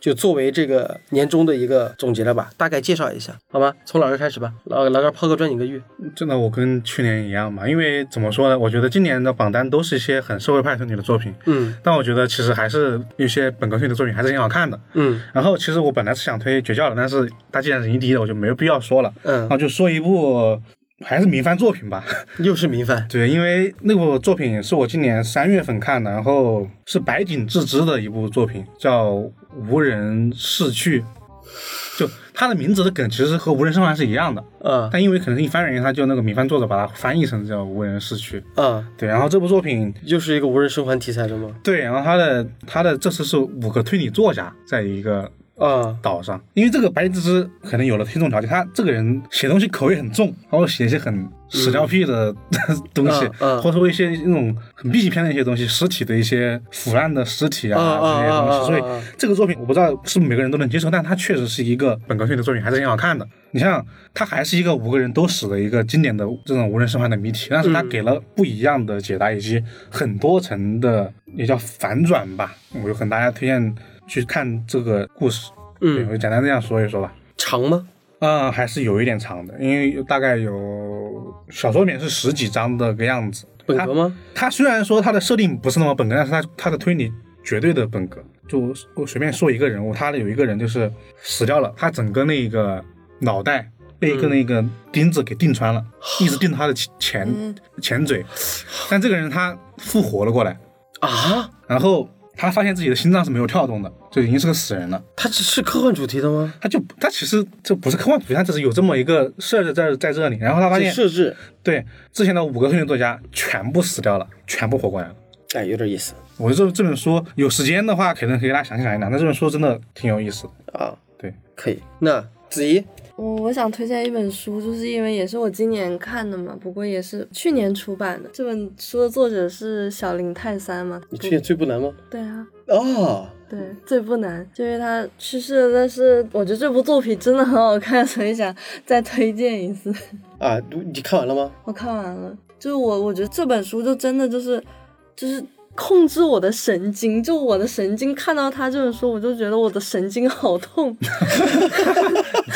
Speaker 2: 就作为这个年终的一个总结了吧，大概介绍一下，好吗？从老师开始吧，老老哥抛个砖引个玉，
Speaker 3: 真的我跟去年一样嘛，因为怎么说呢，我觉得今年的榜单都是一些很社会派推理的作品，
Speaker 2: 嗯
Speaker 3: 但我觉得其实还是有些本科推理的作品还是挺好看的。
Speaker 2: 嗯
Speaker 3: 然后其实我本来是想推《绝教》的，但是它既然是一第一的，我就没有必要说了。然后
Speaker 2: 嗯，
Speaker 3: 就说一部还是民番作品吧， [LAUGHS]
Speaker 2: 又是民番，
Speaker 3: 对，因为那部作品是我今年三月份看的，然后是白井智之的一部作品，叫《无人逝去》，就它的名字的梗其实和《无人生还》是一样的，
Speaker 2: 啊
Speaker 3: 但因为可能是一番原因，它就那个民番作者把它翻译成叫《无人逝去》。
Speaker 2: 啊，
Speaker 3: 对，然后这部作品，
Speaker 2: 又是一个无人生还题材的吗？
Speaker 3: 对，然后它的它的这次是五个推理作家在一个
Speaker 2: 啊，
Speaker 3: 岛上，因为这个白井智之可能有了听众了解，他这个人写东西口味很重，然后写一些很屎尿屁的、东西，
Speaker 2: 嗯嗯
Speaker 3: 或者说一些那种很 B 级片的一些东西，尸体的一些腐烂的尸体啊、
Speaker 2: 嗯嗯
Speaker 3: 这些东西，
Speaker 2: 嗯嗯
Speaker 3: 所以
Speaker 2: 嗯嗯
Speaker 3: 这个作品我不知道是不是每个人都能接受，但它确实是一个本格性的作品，还是挺好看的。你像它还是一个五个人都死的一个经典的这种无人生还的谜题，但是它给了不一样的解答，以及很多层的也叫反转吧。我就很大家推荐去看这个故事。对，
Speaker 2: 嗯，
Speaker 3: 我就简单这样说一说吧。
Speaker 2: 长吗？
Speaker 3: 嗯，还是有一点长的，因为大概有小说里面是十几章的个样子。
Speaker 2: 本格吗？
Speaker 3: 它虽然说它的设定不是那么本格，但是它它的推理绝对的本格。就我随便说一个人物，他的有一个人就是死掉了，他整个那个脑袋被
Speaker 2: 嗯
Speaker 3: 一个那个钉子给钉穿了，一直钉他的前
Speaker 2: 嗯
Speaker 3: 前前嘴，但这个人他复活了过来，
Speaker 2: 啊，
Speaker 3: 然后他发现自己的心脏是没有跳动的，就已经是个死人了。
Speaker 2: 它只是科幻主题的吗？
Speaker 3: 他就他其实这不是科幻主题，他只是有这么一个设置在在这里，然后他发
Speaker 2: 这
Speaker 3: 现
Speaker 2: 设置，
Speaker 3: 对之前的五个推理作家全部死掉了，全部活过来了。
Speaker 2: 哎，有点意思
Speaker 3: 我这这本书有时间的话，可能可以大家详细讲一讲。但这本书真的挺有意思的，
Speaker 2: 啊，
Speaker 3: 对，
Speaker 2: 可以。那子怡，
Speaker 4: 我我想推荐一本书，就是因为也是我今年看的嘛，不过也是去年出版的。这本书的作者是小林泰三嘛？
Speaker 2: 你去年最不难吗？
Speaker 4: 对啊，
Speaker 2: 嗯哦，
Speaker 4: 对，最不难，就因为他去世了。但是我觉得这部作品真的很好看， [LAUGHS] 所以想再推荐一次。
Speaker 2: 啊，你你看完了吗？
Speaker 4: 我看完了，就是我我觉得这本书就真的就是就是控制我的神经，就我的神经看到他这本书，我就觉得我的神经好痛，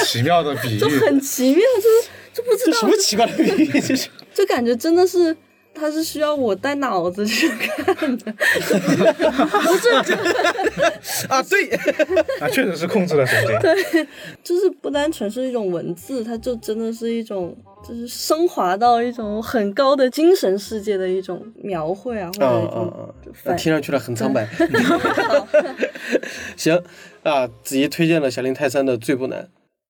Speaker 3: 奇妙的
Speaker 2: [LAUGHS]
Speaker 3: 比
Speaker 4: 就
Speaker 3: 喻，
Speaker 4: [LAUGHS] 很奇妙，就是就不知
Speaker 2: 这什
Speaker 4: 道
Speaker 2: 么奇怪 [LAUGHS] 的比喻？这是
Speaker 4: 就感觉真的是。它是需要我带脑子去看的，不是，
Speaker 2: 啊，对，
Speaker 3: 啊，确实是控制了神
Speaker 2: [LAUGHS]
Speaker 3: 经。
Speaker 4: 就是不单纯是一种文字，它就真的是一种，就是升华到一种很高的精神世界的一种描绘啊，或
Speaker 2: 啊
Speaker 4: 者一
Speaker 2: 啊
Speaker 4: 种
Speaker 2: 啊！
Speaker 4: 反
Speaker 2: 听上去了很苍
Speaker 4: [LAUGHS]
Speaker 2: 白。行啊，子怡推荐了小林泰三的《最不难》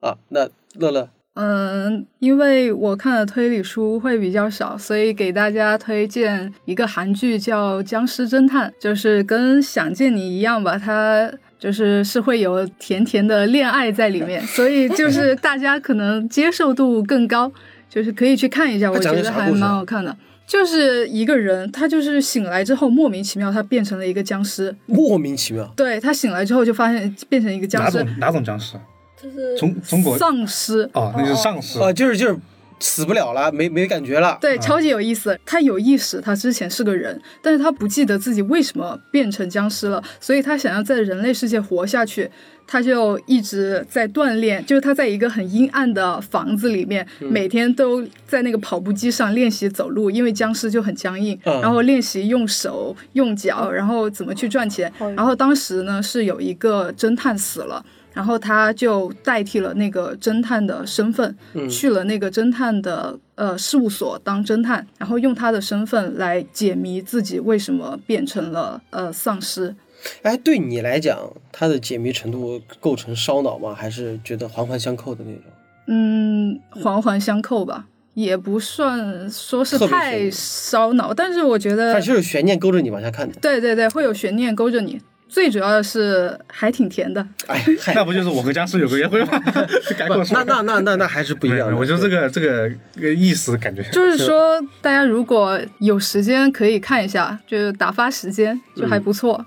Speaker 2: 啊，那乐乐
Speaker 5: 嗯，因为我看的推理书会比较少，所以给大家推荐一个韩剧叫《僵尸侦探》，就是跟《想见你》一样吧，它。就是是会有甜甜的恋爱在里面，所以
Speaker 2: [LAUGHS]
Speaker 5: 就是大家可能接受度更高，就是可以去看一下，我
Speaker 2: 它讲
Speaker 5: 觉
Speaker 2: 的
Speaker 5: 得
Speaker 2: 啥
Speaker 5: 还
Speaker 2: 故事
Speaker 5: 蛮
Speaker 2: 啊
Speaker 5: 好看的。就是一个人，他就是醒来之后莫名其妙他变成了一个僵尸，
Speaker 2: 莫名其妙
Speaker 5: 对他醒来之后就发现变成一个僵
Speaker 3: 哪
Speaker 5: 尸
Speaker 3: 种，哪种僵尸？
Speaker 4: 就是
Speaker 3: 中中国
Speaker 5: 丧尸
Speaker 3: 哦，那就是丧尸。
Speaker 2: 啊，就是就是死不了了，没没感觉了。
Speaker 5: 对，超级有意思。他有意识，他之前是个人，但是他不记得自己为什么变成僵尸了，所以他想要在人类世界活下去，他就一直在锻炼，就是他在一个很阴暗的房子里面，每天都在那个跑步机上练习走路，因为僵尸就很僵硬，
Speaker 2: 嗯
Speaker 5: 然后练习用手、用脚，然后怎么去赚钱。然后当时呢，是有一个侦探死了。然后他就代替了那个侦探的身份，去了那个侦探的呃事务所当侦探，然后用他的身份来解谜自己为什么变成了呃丧尸。
Speaker 2: 哎，对你来讲，它的解谜程度构成烧脑吗？还是觉得环环相扣的那种？
Speaker 5: 嗯，环环相扣吧，也不算说是
Speaker 2: 特别悬
Speaker 5: 太
Speaker 2: 疑
Speaker 5: 烧脑，但是我觉得
Speaker 4: 呃
Speaker 2: 它就是有悬念勾着你往下看的。
Speaker 5: 对对对，会有悬念勾着你。最主要的是还挺甜的，
Speaker 2: 哎，嗨
Speaker 3: [LAUGHS] 那不就是我和僵尸有个约会吗？ [LAUGHS] 改口
Speaker 2: 哦那
Speaker 3: 说。
Speaker 2: 那那那那还是不一
Speaker 3: 没
Speaker 2: 样
Speaker 3: 有，
Speaker 2: 的。
Speaker 3: 我觉得这个这个这个意思感觉
Speaker 5: 就是说大家如果有时间可以看一下，就是打发时间，就还不错。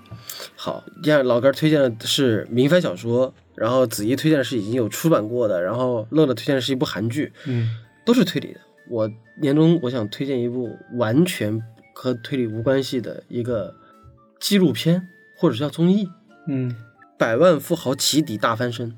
Speaker 2: 好，这样老根儿推荐的是民番小说，然后子怡推荐的是已经有出版过的，然后乐乐推荐的是一部韩剧，
Speaker 3: 嗯，
Speaker 2: 都是推理的。我年终我想推荐一部完全和推理无关系的一个纪录片或者叫综艺，《
Speaker 3: 嗯，
Speaker 2: 百万富豪起底大翻身》。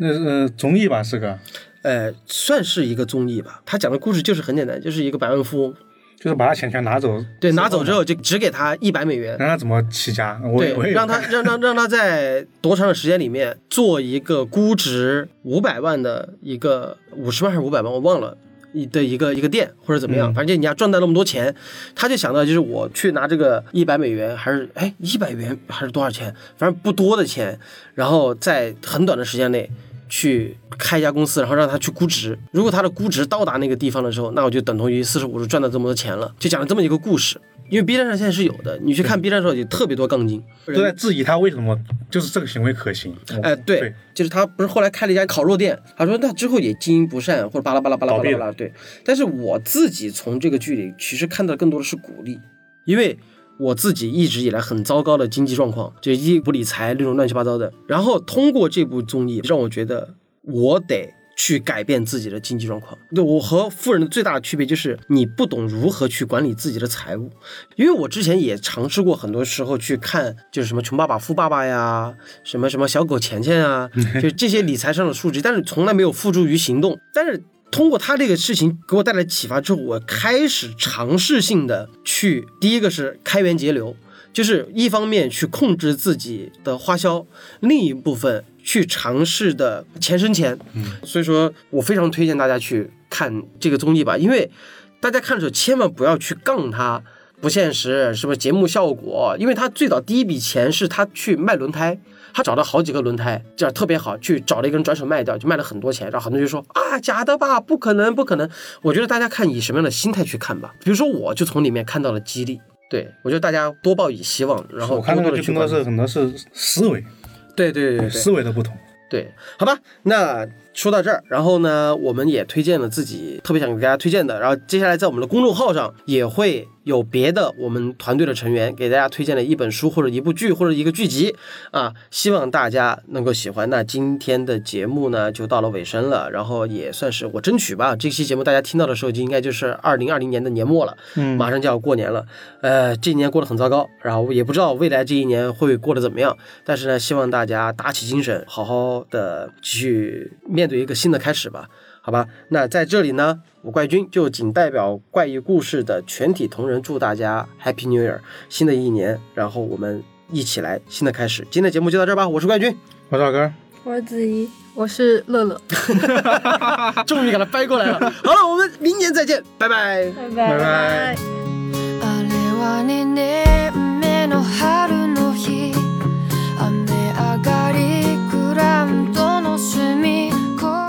Speaker 3: 那是呃综艺吧是个，
Speaker 2: 呃，算是一个综艺吧。他讲的故事就是很简单，就是一个百万富翁，
Speaker 3: 就是把他钱全拿走，
Speaker 2: 对，拿走之后就只给他一百美元，
Speaker 3: 让他怎么起家？我
Speaker 2: 对
Speaker 3: 我也，有
Speaker 2: 让他
Speaker 3: 看
Speaker 2: 让让让他在多长的时间里面做一个估值五百万的一个五十万还是五百万，我忘了。一的一个一个店或者怎么样，
Speaker 3: 嗯
Speaker 2: 反正人家赚到那么多钱，他就想到就是我去拿这个一百美元还是哎一百元还是多少钱，反正不多的钱，然后在很短的时间内去开一家公司，然后让他去估值。如果他的估值到达那个地方的时候，那我就等同于四十五十赚到这么多钱了，就讲了这么一个故事。因为 B 站上现在是有的，你去看 B 站上有特别多杠精，
Speaker 3: 都在质疑他为什么就是这个行为可行。我
Speaker 2: 哎，对，就是他不是后来开了一家烤肉店，他说那之后也经营不善，或者巴拉巴拉巴拉巴
Speaker 3: 倒闭
Speaker 2: 拉
Speaker 3: 了
Speaker 2: 巴拉，对。但是我自己从这个剧里其实看到更多的是鼓励，因为我自己一直以来很糟糕的经济状况，就一不理财那种乱七八糟的。然后通过这部综艺，让我觉得我得。去改变自己的经济状况。对我和富人的最大的区别就是，你不懂如何去管理自己的财务。因为我之前也尝试过，很多时候去看就是什么《穷爸爸富爸爸》呀，什么什么小狗钱钱啊， [LAUGHS] 就这些理财上的数值，但是从来没有付诸于行动。但是通过他这个事情给我带来启发之后，我开始尝试性的去，第一个是开源节流，就是一方面去控制自己的花销，另一部分去尝试的钱生钱。所以说我非常推荐大家去看这个综艺吧，因为大家看的时候千万不要去杠它。不现实，什么节目效果，因为他最早第一笔钱是他去卖轮胎。他找了好几个轮胎，这样特别好，去找了一个人转手卖掉，就卖了很多钱。然后很多人就说啊，假的吧，不可能，不可能。我觉得大家看以什么样的心态去看吧。比如说，我就从里面看到了激励。对，我觉得大家多抱以希望，然后
Speaker 3: 我看那
Speaker 2: 多
Speaker 3: 个
Speaker 2: 地
Speaker 3: 就
Speaker 2: 去
Speaker 3: 更
Speaker 2: 关
Speaker 3: 多
Speaker 2: 注
Speaker 3: 是很多是思维，
Speaker 2: 对对对对
Speaker 3: 思维的不同。
Speaker 2: 对，好吧，那说到这儿，然后呢，我们也推荐了自己特别想给大家推荐的，然后接下来在我们的公众号上也会有别的我们团队的成员给大家推荐了一本书或者一部剧或者一个剧集啊，希望大家能够喜欢。那今天的节目呢就到了尾声了，然后也算是我争取吧，这期节目大家听到的时候就应该就是二零二零年的年末了，
Speaker 3: 嗯
Speaker 2: 马上就要过年了，呃，这一年过得很糟糕，然后也不知道未来这一年会过得怎么样，但是呢，希望大家打起精神，好好的去面对一个新的开始吧，好吧？那在这里呢，我怪君就仅代表怪异故事的全体同仁，祝大家 Happy New Year，新的一年，然后我们一起来新的开始。今天的节目就到这儿吧，我是怪 [LAUGHS] 君，
Speaker 3: 我赵哥，
Speaker 4: 我是子怡，
Speaker 5: 我是乐乐。
Speaker 2: 终于给他掰过来了。好了，我们明年再见，拜拜。
Speaker 4: 拜
Speaker 3: 拜拜。
Speaker 6: あれは2年目の春の日雨上がりグラウンドの隅っこ